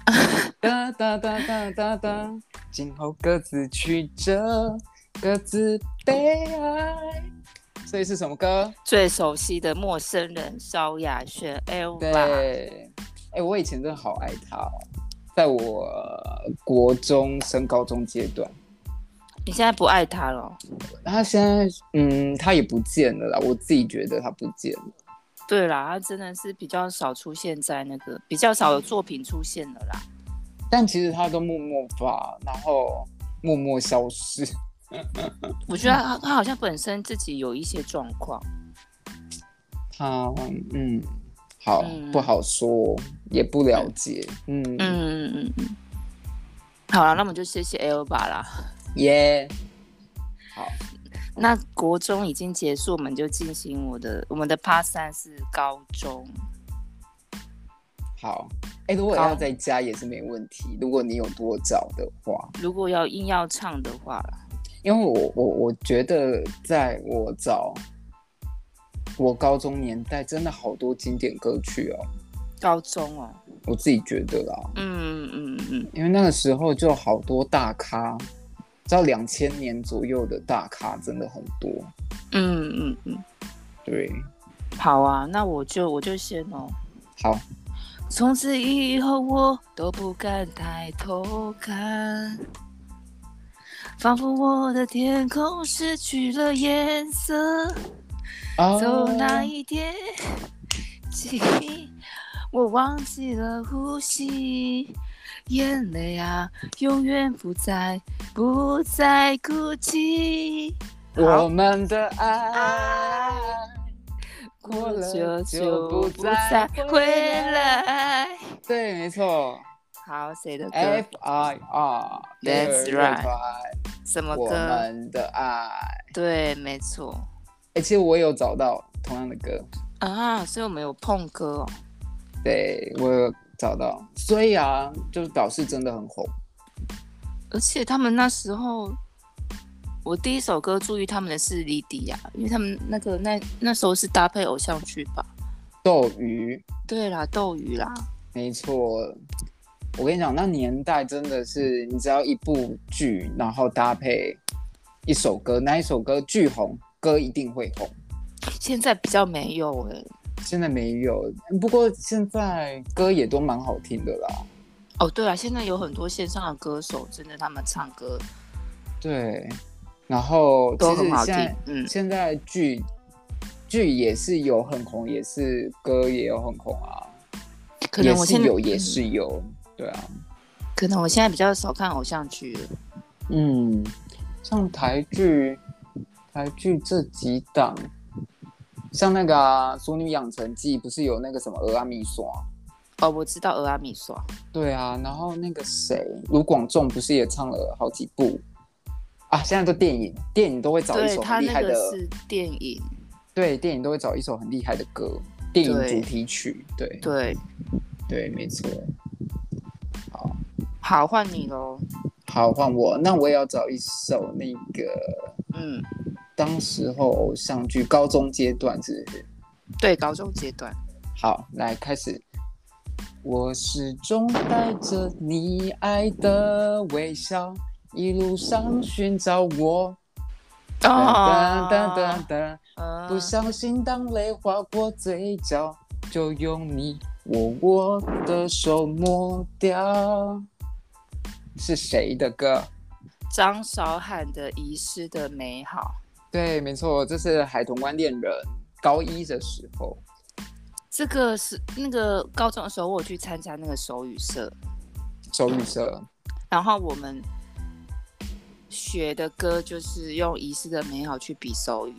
B: 哒哒哒哒哒哒，今后各自曲折，各自悲哀。所以是什么歌？
A: 最熟悉的陌生人萧亚轩
B: 对，
A: Elva，
B: 哎、我以前真的好爱他哦，在我国中升高中阶段。
A: 你现在不爱他了？哦
B: 他现在，嗯，他也不见了啦。我自己觉得他不见了。
A: 对啦，他真的是比较少出现在那个比较少的作品出现了啦。
B: 但其实他都默默发，然后默默消失。
A: 我觉得他他好像本身自己有一些状况，
B: 他，嗯，好，
A: 嗯
B: 不好说，也不了解。嗯，
A: 嗯嗯嗯嗯。好了，那我们就谢谢 Elva 啦。
B: 耶、好，
A: 那国中已经结束，我们就进行我的我们的 Part 三是高中。
B: 好。哎、如果
A: 好
B: 要在家也是没问题。如果你有多找的话，
A: 如果要硬要唱的话啦，
B: 因为我我我觉得，在我找我高中年代，真的好多经典歌曲哦，
A: 高中哦，
B: 我自己觉得啦。
A: 嗯嗯嗯，
B: 因为那个时候就好多大咖，到两千年左右的大咖真的很多。
A: 嗯嗯嗯，
B: 对，
A: 好啊，那我就我就先哦。
B: 好，
A: 从此以后，我都不敢抬头看，仿佛我的天空失去了颜色。
B: 啊
A: 走那一天起，我忘记了呼吸，眼泪啊，永远不再不再哭泣。
B: 我们的爱
A: 爱
B: 过了
A: 久
B: 就
A: 就
B: 不
A: 不
B: 再
A: 再
B: 回
A: 回来。
B: 对，没错
A: 好，谁的歌？
B: ，F I R。
A: That's
B: Very
A: right 什么
B: 我
A: 歌？
B: 们的爱。
A: 对，没错
B: 哎、其实我有找到同样的歌，
A: 啊，所以我们有碰歌哦。
B: 对我有找到。所以啊，就是表示真的很红。
A: 而且他们那时候，我第一首歌啊注意他们的是莉迪亚，因为他们那个那那时候是搭配偶像剧吧。
B: 斗鱼，
A: 对啦，斗鱼啦，
B: 没错。我跟你讲，那年代真的是，你只要一部剧，然后搭配一首歌，那一首歌巨红，歌一定会红。
A: 现在比较没有哎、
B: 现在没有，不过现在歌也都蛮好听的啦。
A: 哦，对啊，现在有很多线上的歌手，真的他们唱歌
B: 对，然后其
A: 都
B: 实
A: 很好
B: 现
A: 听
B: 在。
A: 嗯，
B: 现在剧剧也是有很红，也是歌也有很红啊，
A: 可能我
B: 也
A: 现
B: 是
A: 在
B: 有也
A: 嗯
B: 是有，对啊，
A: 可能我现在比较少看偶像剧了。
B: 嗯，像台剧，台剧这几档，像那个、啊《俗女养成记》，不是有那个什么俄阿米索啊？
A: 哦，我知道《俄阿米索》，
B: 对啊，然后那个谁，卢广仲不是也唱了好几部啊？现在都电影，电影都会找一
A: 对
B: 首
A: 他
B: 很厉
A: 那
B: 害
A: 个
B: 的，
A: 是电影，
B: 对，电影都会找一首很厉害的歌，电影
A: 对
B: 主题曲，对
A: 对，
B: 对，没错。好，
A: 好，换你喽。
B: 好，换我，那我也要找一首那个
A: 嗯，
B: 当时候偶像剧高中阶段是不是
A: 对，高中阶段，
B: 好，来开始。我始终带着你爱的微笑，一路上寻找我。哒哒哒哒
A: 啊
B: 不小心当泪划过嘴角，就用你握我的手抹掉。是谁的歌？
A: 张韶涵的《遗失的美好
B: 对，没错，这是《海豚湾恋人》高一的时候。》，
A: 这个是那个高中的时候，我有去参加那个手语社，
B: 手语社，
A: 然后我们学的歌就是用《遗失的美好》去比手语。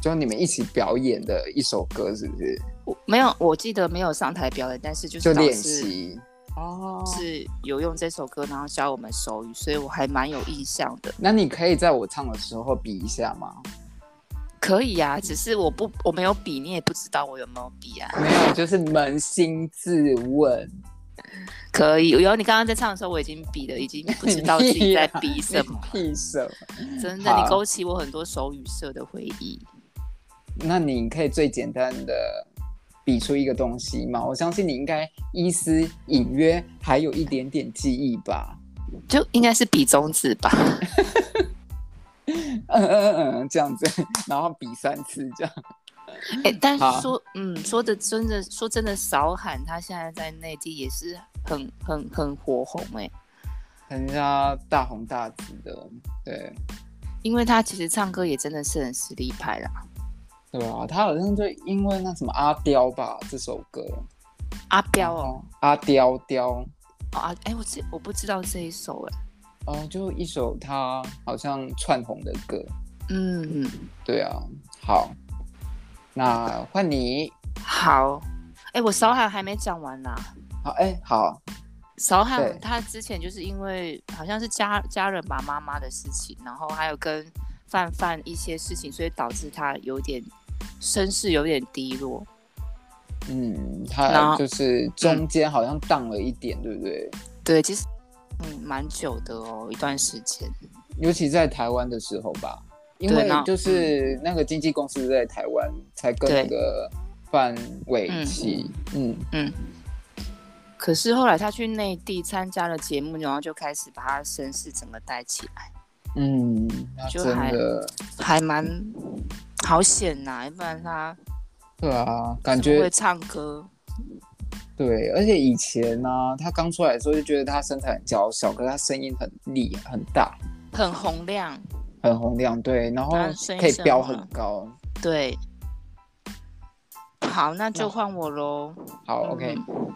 B: 就是你们一起表演的一首歌，是不是？
A: 我没有，我记得没有上台表演，但是就
B: 就是
A: 老
B: 练
A: 师
B: 习哦
A: 是有用这首歌，然后教我们手语，所以我还蛮有印象的。
B: 那你可以在我唱的时候比一下吗？
A: 可以啊，只是我不我没有比，你也不知道我有没有比啊。
B: 没有，就是扪心自问，。
A: 可以，有你刚刚在唱的时候，我已经比了，已经不知道自己在比什么
B: 屁什么？
A: 真的，
B: 啊好
A: 你勾起我很多手语社的回忆。
B: 那你可以最简单的比出一个东西吗？我相信你应该一丝隐约还有一点点记忆吧。
A: 就应该是比中指吧，
B: 嗯嗯嗯嗯，这样子，然后比三次这样。
A: 哎、但
B: 好
A: 是说，嗯，说的真的，说真的，韶涵她现在在内地也是很很很火红哎、
B: 人家大红大紫的，对
A: 因为她其实唱歌也真的是很实力派啦。
B: 对啊，他好像就因为那什么阿刁吧这首歌，
A: 阿彪哦，，
B: 阿刁刁，
A: 哦啊，哎、我这我不知道这一首哎、
B: 哦，就一首他好像串红的歌，
A: 嗯嗯，
B: 对啊，好，那换你，
A: 好，哎、我韶涵还没讲完啦。
B: 好，哎、好，
A: 韶
B: 对
A: 涵她之前就是因为好像是家家人吧妈妈的事情，然后还有跟范范一些事情，所以导致她有点身世有点低落。
B: 嗯，
A: 然
B: 他
A: 后
B: 就是中间好像荡了一点，对不对？
A: 对，其实嗯蛮久的哦，一段时间。
B: 尤其在台湾的时候吧，因
A: 对
B: 为
A: 那
B: 就是那个经纪公司在台湾才跟
A: 对
B: 那个范玮琪，嗯，
A: 可是后来她去内地参加了节目，然后就开始把她身世整个带起来，
B: 嗯，那
A: 就
B: 真
A: 还
B: 的，
A: 还蛮好险呐、要不然她
B: 对啊，感
A: 这么
B: 觉
A: 会唱歌。
B: 对，而且以前呢、他刚出来的时候就觉得他身材很娇小，可是他声音很厉很大，
A: 很洪亮，
B: 很洪亮，对，然后
A: 男生
B: 可以
A: 是
B: 飙
A: 吗
B: 很高。
A: 对。好，那
B: 那
A: 就换我喽。
B: 好，OK，
A: 嗯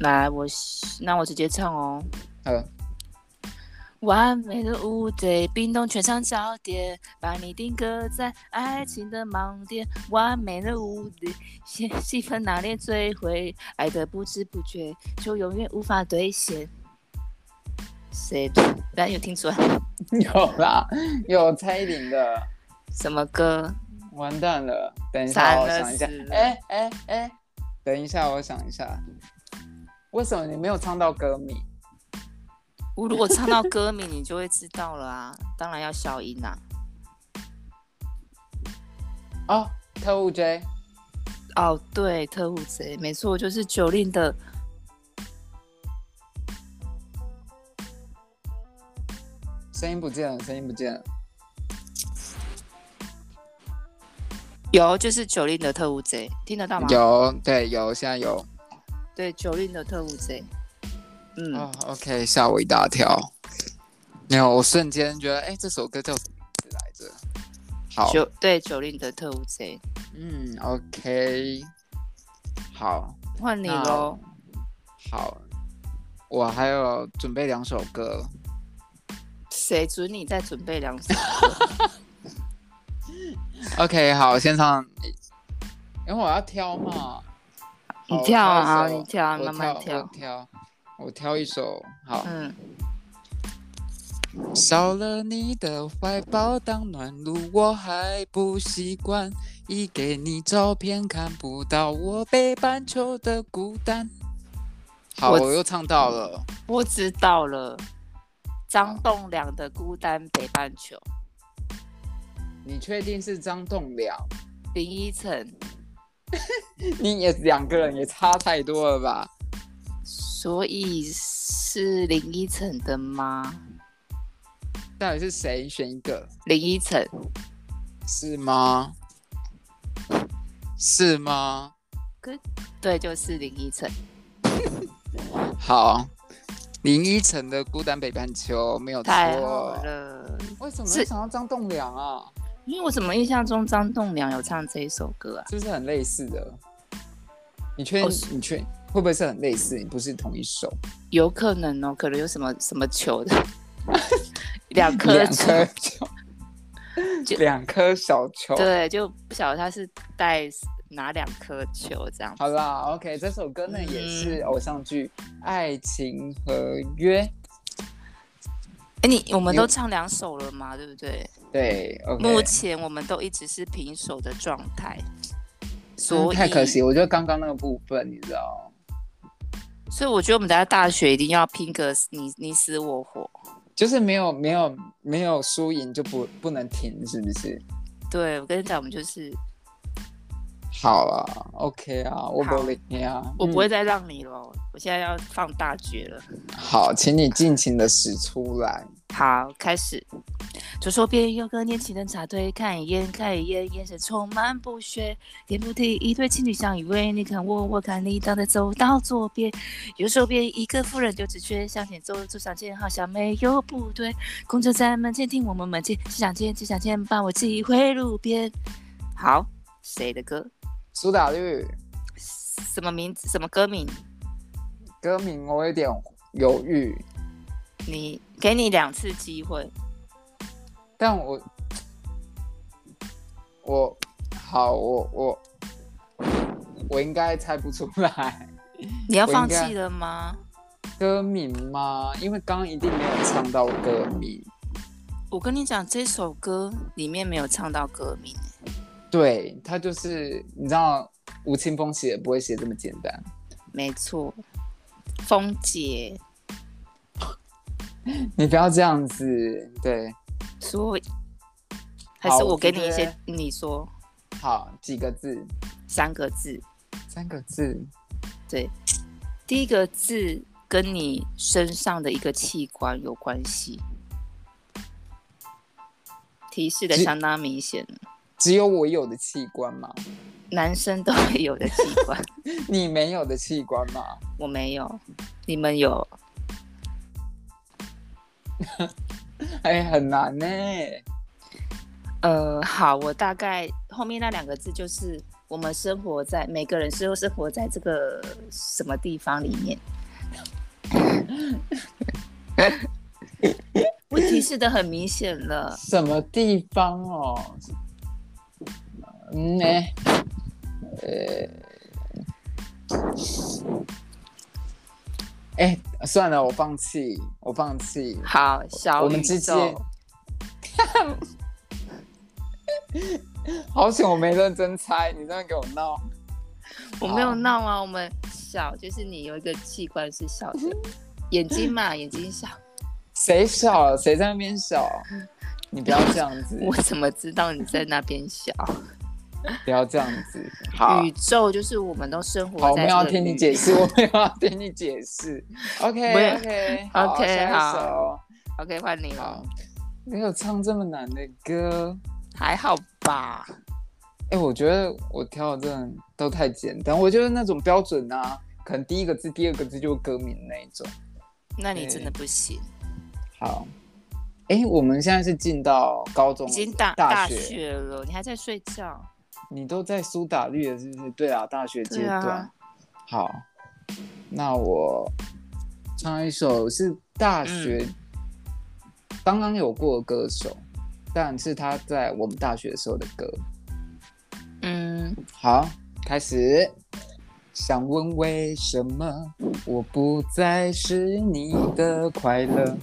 A: 来，我那我直接唱哦。
B: 呃，
A: 完美的舞对，冰冻全场焦点，把你定格在爱情的盲点。完美的舞对，戏戏份哪里最会？爱的不知不觉，就永远无法兑现。谁？大家有听出来
B: 有啦，有蔡依林的，
A: 什么歌？
B: 完蛋了，等一下，
A: 惨
B: 我
A: 了
B: 想一下
A: 死，了
B: 哎哎哎，等一下，我哦想一下，为什么你没有唱到歌名？
A: 我如果唱到歌名，你就会知道了啊。当然要消音啊。
B: 哦，特务 J，
A: 哦，对，特务贼，没错，就是九令的。
B: 声音不见了，声音不见了。
A: 有，就是九令的特务贼，听得到吗？
B: 有，对，有，现在有。
A: 对，九令的特务贼。嗯，
B: 哦，OK，吓我一大跳。没有，我瞬间觉得，哎，这首歌叫什么名字来着？好，
A: 九对九令的特务贼，
B: 嗯，OK，好，
A: 换你
B: 那
A: 喽。
B: 好，我还有准备两首歌。
A: 谁准你再准备两首？
B: OK，好，先唱，因为我要挑嘛。
A: 你
B: 好
A: 跳啊
B: 我
A: 好你跳啊
B: 一首
A: 慢慢
B: 我
A: 跳
B: 我挑，我挑一首。好，
A: 嗯，
B: 少了你的怀抱当暖炉，我还不习惯。一给你照片，看不到我北半球的孤单。好，
A: 我
B: 我又唱到了。
A: 我知道了。张栋梁的《孤单北半球》，
B: 你确定是张栋梁？
A: 林依晨，
B: 你也两个人也差太多了吧？
A: 所以是林依晨的吗？
B: 到底是谁选一个？
A: 林依晨，
B: 是吗？是吗？
A: 对，就是林依晨。
B: 好，林依晨的《孤单北半球》没有错。
A: 太好了，
B: 为什么
A: 是
B: 会想到张栋梁啊？
A: 因为我怎么印象中张栋梁有唱这一首歌啊？
B: 是不是很类似的？你确定？
A: 哦是
B: 你确会不会是很类似？你不是同一首？
A: 有可能哦，可能有什么什么球的，两颗
B: 两
A: 球，
B: 颗球
A: 就，
B: 两颗小球。
A: 对，就不晓得他是带哪两颗球这样。
B: 好啦，OK，这首歌呢
A: 嗯
B: 也是偶像剧《爱情合约》。
A: 哎，你我们
B: 你
A: 都唱两首了嘛，对不对？
B: 对
A: 目
B: ，OK。
A: 前我们都一直是平手的状态，
B: 嗯
A: 所以、
B: 太可惜，我觉得刚刚那个部分，你知道。
A: 所以我觉得我们大家大学一定要拼个你你死我活。
B: 就是没有没有没有输赢就不不能停，是不是？
A: 对我跟你讲，我们就是
B: 好啊，OK 啊，我
A: 好
B: 不理你啊，
A: 我不会
B: 嗯、
A: 再让你了，我现在要放大绝了。
B: 好，请你尽情的使出来。
A: 好，开始。左手边有个年轻人插队，看一眼，看一眼，眼神充满不屑。恬不提一对情侣相依偎，你看我，我看你，当在走到左边，右手边一个妇人丢纸屑，向前走，走向前，好像没有不对。公车在门前听我们门前，只想见，只想见，把我寄回路边。好，谁的歌？
B: 苏打绿
A: 什么名字？什么歌名？
B: 歌名我有点犹豫，
A: 你给你两次机会。
B: 但我我好我我我应该猜不出来
A: 你要
B: 我
A: 放
B: 应该
A: 弃了吗？
B: 歌名吗？因为刚刚一定没有唱到歌名。
A: 我跟你讲，这首歌里面没有唱到歌名，
B: 对，他就是你知道，吴青峰写也不会写这么简单。
A: 没错。风姐，
B: 你不要这样子，对，
A: 所以还
B: 好
A: 是我
B: 我
A: 给
B: 觉
A: 你一
B: 得
A: 些，你说
B: 好，几个字，
A: 三个字，
B: 三个字，
A: 对，第一个字跟你身上的一个器官有关系，提示的
B: 是
A: 相当明显了，
B: 只有我有的器官吗？
A: 男生都会有的器官，
B: 你没有的器官吗？
A: 我没有，你们有，
B: 哎，很难呢、
A: 呃，好，我大概后面那两个字就是我们生活在每个人是都生活在这个什么地方里面。 我提示的很明显了，
B: 什么地方哦？嗯呢、呃，哎、算了，我放弃，我放弃。
A: 好，小
B: 我
A: 宇
B: 们直接
A: 宙，
B: 好险，我没认真猜，你这样给我闹。
A: 我没有闹啊，我们小就是你有一个器官是小的，眼睛嘛，眼睛小，
B: 谁小了？谁在那边小？你不要这样子。
A: 我怎么知道你在那边小？
B: 不要这样子。 好
A: 宇，宙就是我们都生活在
B: 好，我们要
A: 这个
B: 听你
A: 宇
B: 解释，我们要听你解释。
A: 没有
B: OK OK
A: OK，
B: 下一
A: 好
B: 首
A: OK，换你了
B: 好，，没有唱这么难的歌。
A: 还好吧？
B: 哎、我觉得我挑的真的都太简单，我就是那种标准啊，可能第一个字、第二个字就是歌名那一种。
A: 那你真的不行，
B: 好，哎、我们现在是进到高中
A: 已
B: 了，
A: 经大
B: 大
A: 学
B: 学，
A: 了，你还在睡觉？
B: 你都在苏打绿了，是不是？对啊，大学阶
A: 对啊
B: 段。好，那我唱一首是
A: 嗯
B: 大学刚刚有过的歌手，但是他在我们大学的时候的歌。
A: 嗯，
B: 好，开始。想问为什么我不再是你的快乐？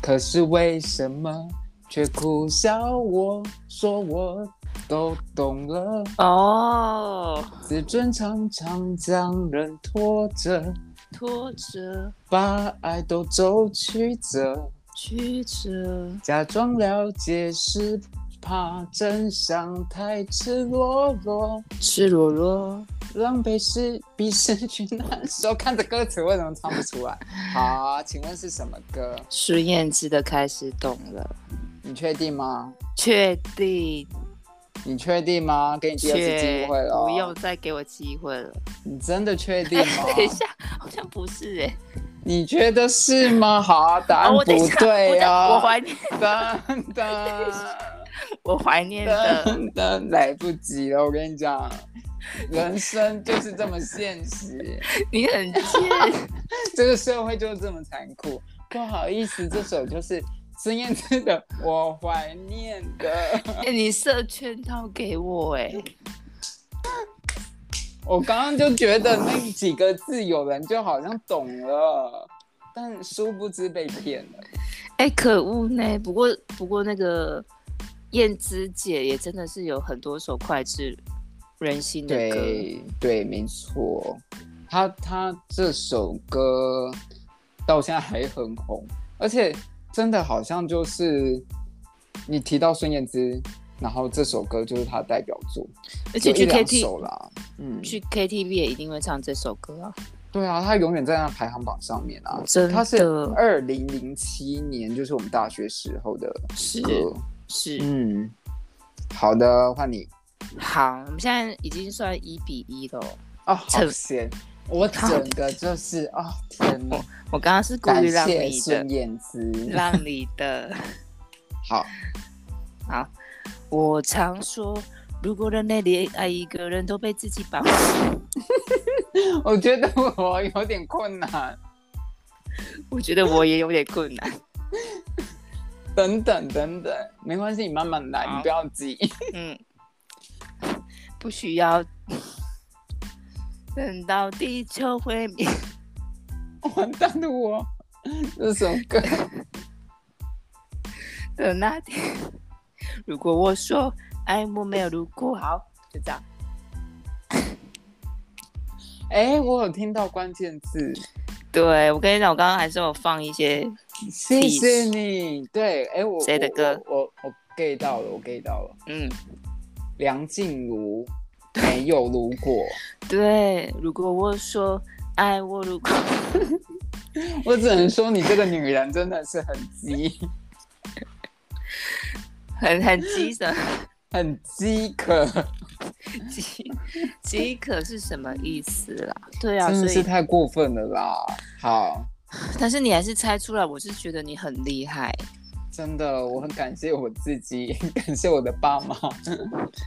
B: 可是为什么却苦笑我说我都懂了？
A: 哦，
B: 自尊常常将人拖着，
A: 拖着
B: 把爱都走曲折，
A: 曲折，
B: 假装了解是怕真相太赤裸裸。
A: 赤裸裸。
B: 狼狈是比失去难受。 看着歌词为什么唱不出来？好，啊请问是什么歌？
A: 孙燕姿的开始懂了，
B: 你确定吗？
A: 确定，
B: 你确定吗？给你第二次
A: 确，
B: 机会了。哦
A: 不用。再给我机会了。
B: 你真的确定
A: 哎、
B: 吗？
A: 等一下，好像不是哎、
B: 你觉得是吗？好，答
A: 啊，
B: 案
A: 我等一
B: 不
A: 下，我
B: 对
A: 在
B: 哦。
A: 我怀念，
B: 噔噔
A: 我怀念 的。
B: 噔噔，来不及了！我跟你讲，人生就是这么现实。
A: 你很贱，
B: 这个社会就是这么残酷。不好意思，这首就是孙燕姿的《我怀念的》。
A: 哎你设圈套给我哎、
B: 我刚刚就觉得那几个字有人就好像懂了，但殊不知被骗了。
A: 哎、可恶呢！不过不过那个燕姿姐也真的是有很多首脍炙人心的歌，
B: 对对，没错，他他这首歌到现在还很红，而且真的好像就是你提到孙燕姿，然后这首歌就是她的代表作，
A: 而且
B: 就一
A: 去
B: 两
A: KT
B: 首啦。嗯，
A: 去 KTV 也一定会唱这首歌啊。
B: 对啊，他永远在那排行榜上面啊。
A: 真的
B: 他是二零零七年，就是我们大学时候的
A: 是
B: 歌。
A: 是，
B: 嗯，好的，换你
A: 好，我们现在已经算一比一了哦。
B: 哦，好
A: 趁
B: 险！我整个就是哦，天哪！
A: 我刚刚是故
B: 感
A: 意让
B: 谢
A: 你的
B: 孙，燕姿。
A: 让你的。
B: 好，
A: 好，我常说，如果人类连爱一个人都被自己绑，
B: 我觉得我有点困难。
A: 我觉得我也有点困难。
B: 等等等等，没关系，你慢慢来，
A: 好
B: 你不要急。
A: 嗯，不需要等到地球毁灭。
B: 完蛋了我，这首歌
A: 的那天，如果我说爱我没有如果，好，就这 样。
B: 哎、我有听到关键字。
A: 对我跟你讲，我刚刚还是有放一些，
B: 谢谢你。对，哎、我
A: 谁的歌？
B: 我我我 get 到了，我 get 到了。
A: 嗯，
B: 梁静茹没有如 果，
A: 对。如果我说爱我如果，
B: 我只能说你这个女人真的是很饥，
A: 很很 饥什
B: 很饥渴，
A: 饥饥渴是什么意思啦？对啊，
B: 真
A: 所
B: 的是
A: 以
B: 太过分了啦。好，
A: 但是你还是猜出来，我是觉得你很厉害。
B: 真的，我很感谢我自己， 感谢我的爸妈。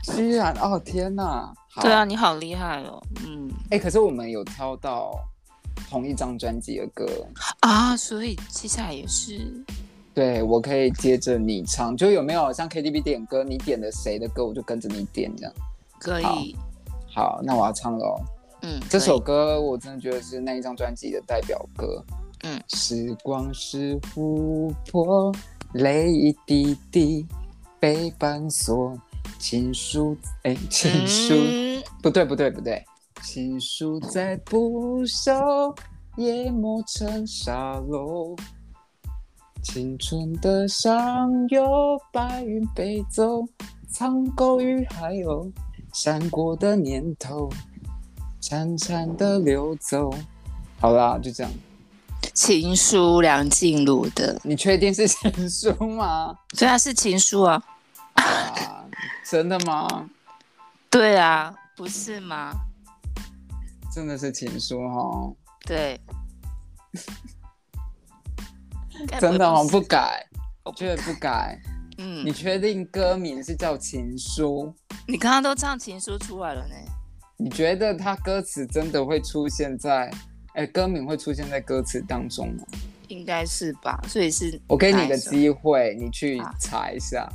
B: 居然，哦天哪！好
A: 对啊，，你好厉害哦，嗯
B: 哎、可是我们有挑到同一张专辑的歌，
A: 啊，所以接下来也是
B: 对，我可以接着你唱，就有没有像 KTV 点歌，你点的谁的歌，我就跟着你点这样。
A: 可
B: 好
A: 以，
B: 好，那我要唱喽。
A: 嗯，
B: 这
A: 可以
B: 首歌我真的觉得是那一张专辑的代表歌。
A: 嗯，
B: 时光是琥珀，泪一滴滴被反锁，情书哎，情书、
A: 嗯
B: 不对不对不对，情书在不朽，淹没成沙漏。青春的上游，白云飞走，苍狗与海鸥，闪过的念头，潺潺的流走。好啦，就这样。
A: 情书梁静茹的，
B: 你确定是情书吗？
A: 所以它是情书啊？
B: 啊，真的吗？
A: 对啊，不是吗？
B: 真的是情书哦，
A: 对，该哎不会
B: 真的哦，
A: 是
B: 不改，
A: 我不
B: 绝对不改。
A: 嗯，
B: 你确定歌名是叫情书？
A: 你刚刚都唱情书出来了呢。
B: 你觉得它歌词真的会出现在，哎，歌名会出现在歌词当中吗？
A: 应该是吧，所以是
B: 我给你
A: 哪
B: 个
A: 一首
B: 机会，你去
A: 好
B: 查一下。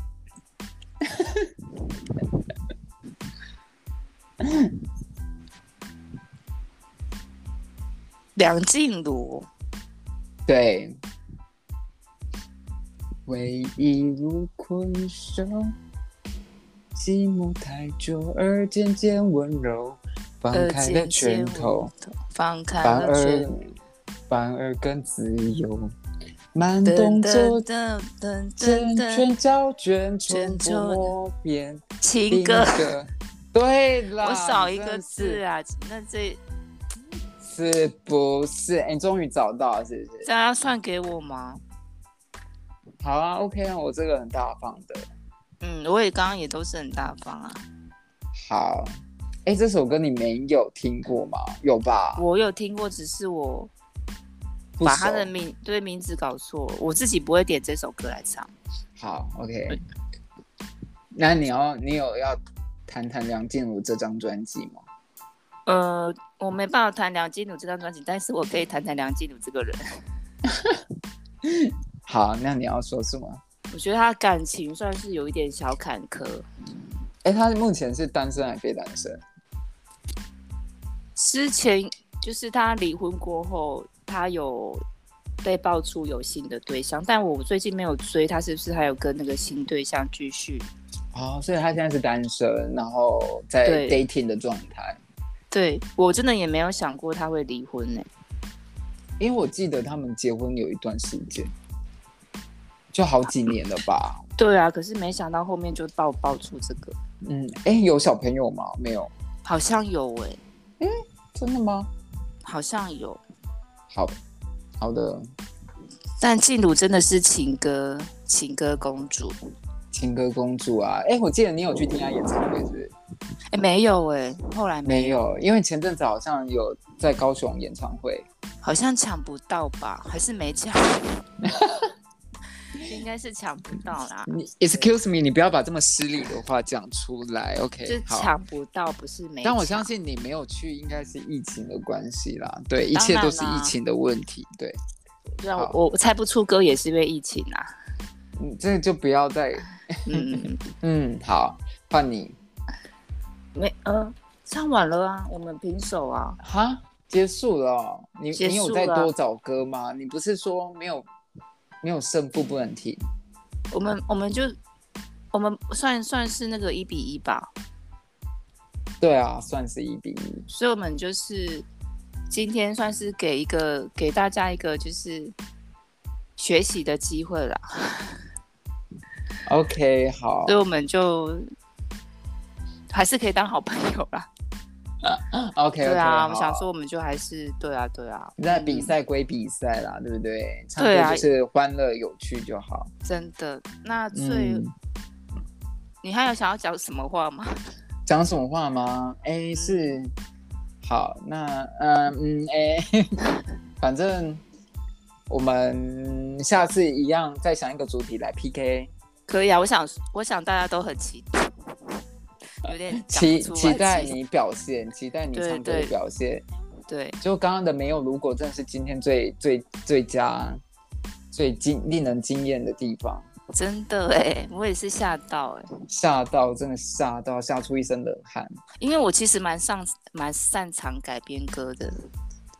A: 梁静茹，
B: 对，回忆如困兽，寂寞太久而渐渐温柔，放
A: 呃
B: 开了
A: 渐渐
B: 拳头，
A: 放开
B: 反
A: 了
B: 而
A: 拳，
B: 反而更自由。慢动
A: 噔
B: 作
A: 噔噔噔噔
B: 卷
A: 噔，
B: 圈胶卷
A: 卷
B: 全
A: 住
B: 拨边
A: 情歌，
B: 个，对啦，
A: 我少一
B: 真
A: 个
B: 的
A: 字
B: 是，
A: 啊，那这
B: 是不是？哎你终于找到了，是不是？
A: 这样要算给我吗？
B: 好啊，OK 啊，我这个很大方的。
A: 嗯，我也刚刚也都是很大方啊，
B: 好，哎，这首歌你没有听过吗？有吧？
A: 我有听过，只是我
B: 不
A: 把他的
B: 熟
A: 名对名字搞错，我自己不会点这首歌来唱。
B: 好，OK。那你要你有要谈谈梁静茹这张专辑吗？
A: 呃，我没办法谈梁静茹这张专辑，但是我可以谈谈梁静茹这个人。
B: 好，那你要说什么？
A: 我觉得他感情算是有一点小坎坷，
B: 哎，他目前是单身还是非单身？
A: 之前就是他离婚过后，他有被爆出有新的对象，但我最近没有追他，是不是还有跟那个新对象继续？
B: 哦，所以他现在是单身，然后在
A: 对
B: dating 的状态。
A: 对我真的也没有想过他会离婚呢、
B: 因为我记得他们结婚有一段时间，就好几年了吧。
A: 对啊，可是没想到后面就爆爆出这个，
B: 嗯，哎，有小朋友吗？没有，
A: 好像有哎、
B: 真的吗？
A: 好像有。
B: 好，好的，
A: 但静茹真的是情歌情歌公主，
B: 情歌公主啊，哎，我记得你有去听她演唱会是不是？
A: 哎、没有哎、后来没
B: 没有，因为前阵子好像有在高雄演唱会。
A: 好像抢不到吧，还是没 抢，应该是抢不到啦，
B: 你 Excuse me，你不要把这么失礼的话讲出来
A: 就
B: ，OK？好。
A: 抢不到，不是没抢。
B: 但我相信你没有去，应该是疫情的关系啦。对，一
A: 当
B: 切都
A: 然
B: 是
A: 啦
B: 疫情的问题。对，
A: 对啊，
B: 好
A: 我我猜不出歌也是因为疫情啊。
B: 嗯，这个就不 要再
A: 嗯，
B: 嗯，好，换你。
A: 没呃，唱完了啊，我们平手啊。
B: 哈，结束了哦、你
A: 结
B: 你有
A: 束
B: 再
A: 了
B: 多找歌吗？你不是说没有没有胜负不能停？
A: 我们我们就我们算算是那个一比一吧，
B: 对啊，算是一比一。
A: 所以我们就是今天算是给一个给大家一个就是学习的机会啦，
B: OK，好
A: 所以我们就还是可以当好朋友啦。
B: ，OK，
A: 对啊，我
B: 们
A: 想说，我们就还是对啊，对啊，
B: 那比赛归比赛啦，对不对？唱
A: 对
B: 歌
A: 啊
B: 就是欢乐有趣就好。
A: 真的。那最、
B: 嗯，
A: 你还有想要讲什么话吗？
B: 讲什么话吗？
A: 嗯
B: 哎，是好，那嗯嗯哎， 反正我们下次一样再想一个主题来 PK。
A: 可以啊，我想，我想大家都很期待，有 点讲不
B: 期
A: 出来
B: 期待
A: 其实
B: 你表现，期待你
A: 对
B: 唱歌的
A: 对
B: 表现。
A: 对
B: 就刚刚的没有，如果真的是今天最最最佳、最惊令人惊艳的地方，
A: 真的哎、我也是吓到哎、
B: 吓到真的吓到，吓出一身冷汗。
A: 因为我其实蛮上蛮擅长改编歌的，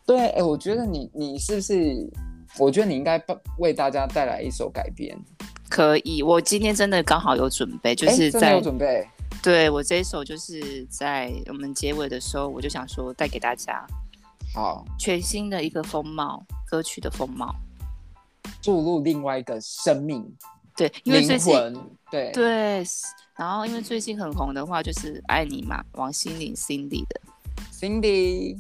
B: 对，哎，我觉得你你是不是？我觉得你应该帮为大家带来一首改编，
A: 可以。我今天真的刚好有准备，就
B: 哎
A: 是
B: 真的
A: 在
B: 有准备。
A: 对我这一首就是在我们结尾的时候，我就想说带给大家
B: 好，
A: 全新的一个风貌，歌曲的风貌。
B: 注入另外一个生命。
A: 对，因为
B: 灵
A: 最近
B: 魂，对
A: 对，然后因为最近很红的话就是《爱你》嘛，王心凌 Cindy 的，
B: ，Cindy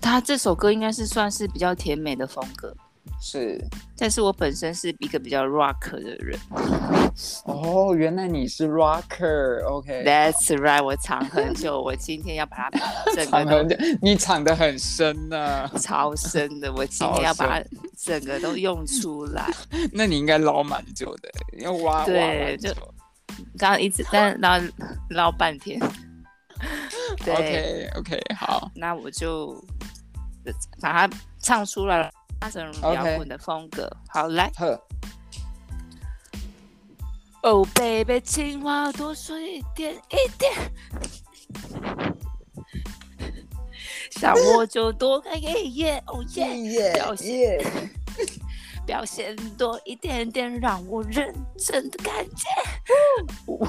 A: 她这首歌应该是算是比较甜美的风格，
B: 是
A: 但是我本身是一个比较 rock 的人
B: 哦，原来你是 rocker，OK，、
A: ，That's right，我藏很久，我今天要把它整
B: 藏
A: 个
B: 很久，你藏得很深呢、
A: 都超深的，我今天要把它 整个都用出来。
B: 那你应该捞蛮久的，要挖挖
A: 对
B: 蛮久
A: 就。刚刚一 直在捞捞半天，对
B: OK OK，好，
A: 那我就呃把它唱出来了，唱成摇
B: OK
A: 滚的风格。好，来。
B: 呵，
A: 哦、贝 baby，情话多说一点，一点。 想我就多看一眼，哦耶！
B: 耶
A: 表现
B: 耶，
A: 表现多一点点，让我认真的感觉。呜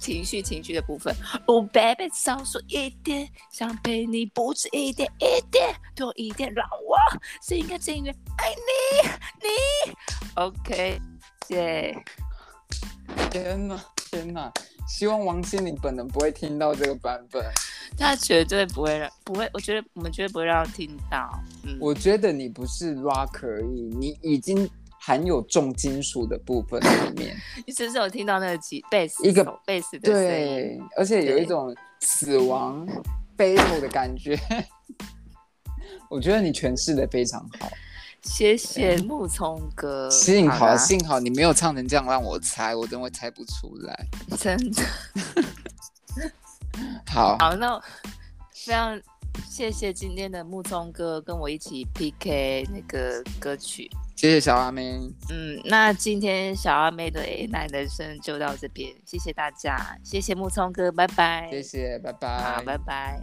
A: 情绪情绪的部分，哦、baby，少说一点，想陪你不止一点一点，多一点，让我心甘情愿爱你你。OK，谢谢。
B: 天哪天哪！希望王心凌本人不会听到这个版本。
A: 他绝对不会让，不会，我觉得我们绝对不会让他听到。嗯，
B: 我觉得你不是 rock 而已，你已经含有重金属的部分在里面。
A: 你只是有听到那个吉贝斯
B: 一个
A: 手贝斯的声音，
B: 对，而且有一种死 亡 battle 的感觉。我觉得你诠释的非常好，
A: 谢谢木聪哥，
B: 幸
A: 好
B: 呃好
A: 啦
B: 幸好你没有唱成这样让我猜，我真会猜不出来。
A: 真的
B: 好，
A: 好，那我非常谢谢今天的木聪哥跟我一起 PK 那个歌曲。
B: 谢谢小阿妹。
A: 嗯，那今天小阿妹的 A 男人生就到这边，谢谢大家，谢谢木聪哥，拜拜，
B: 谢谢，拜拜。
A: 好，拜拜。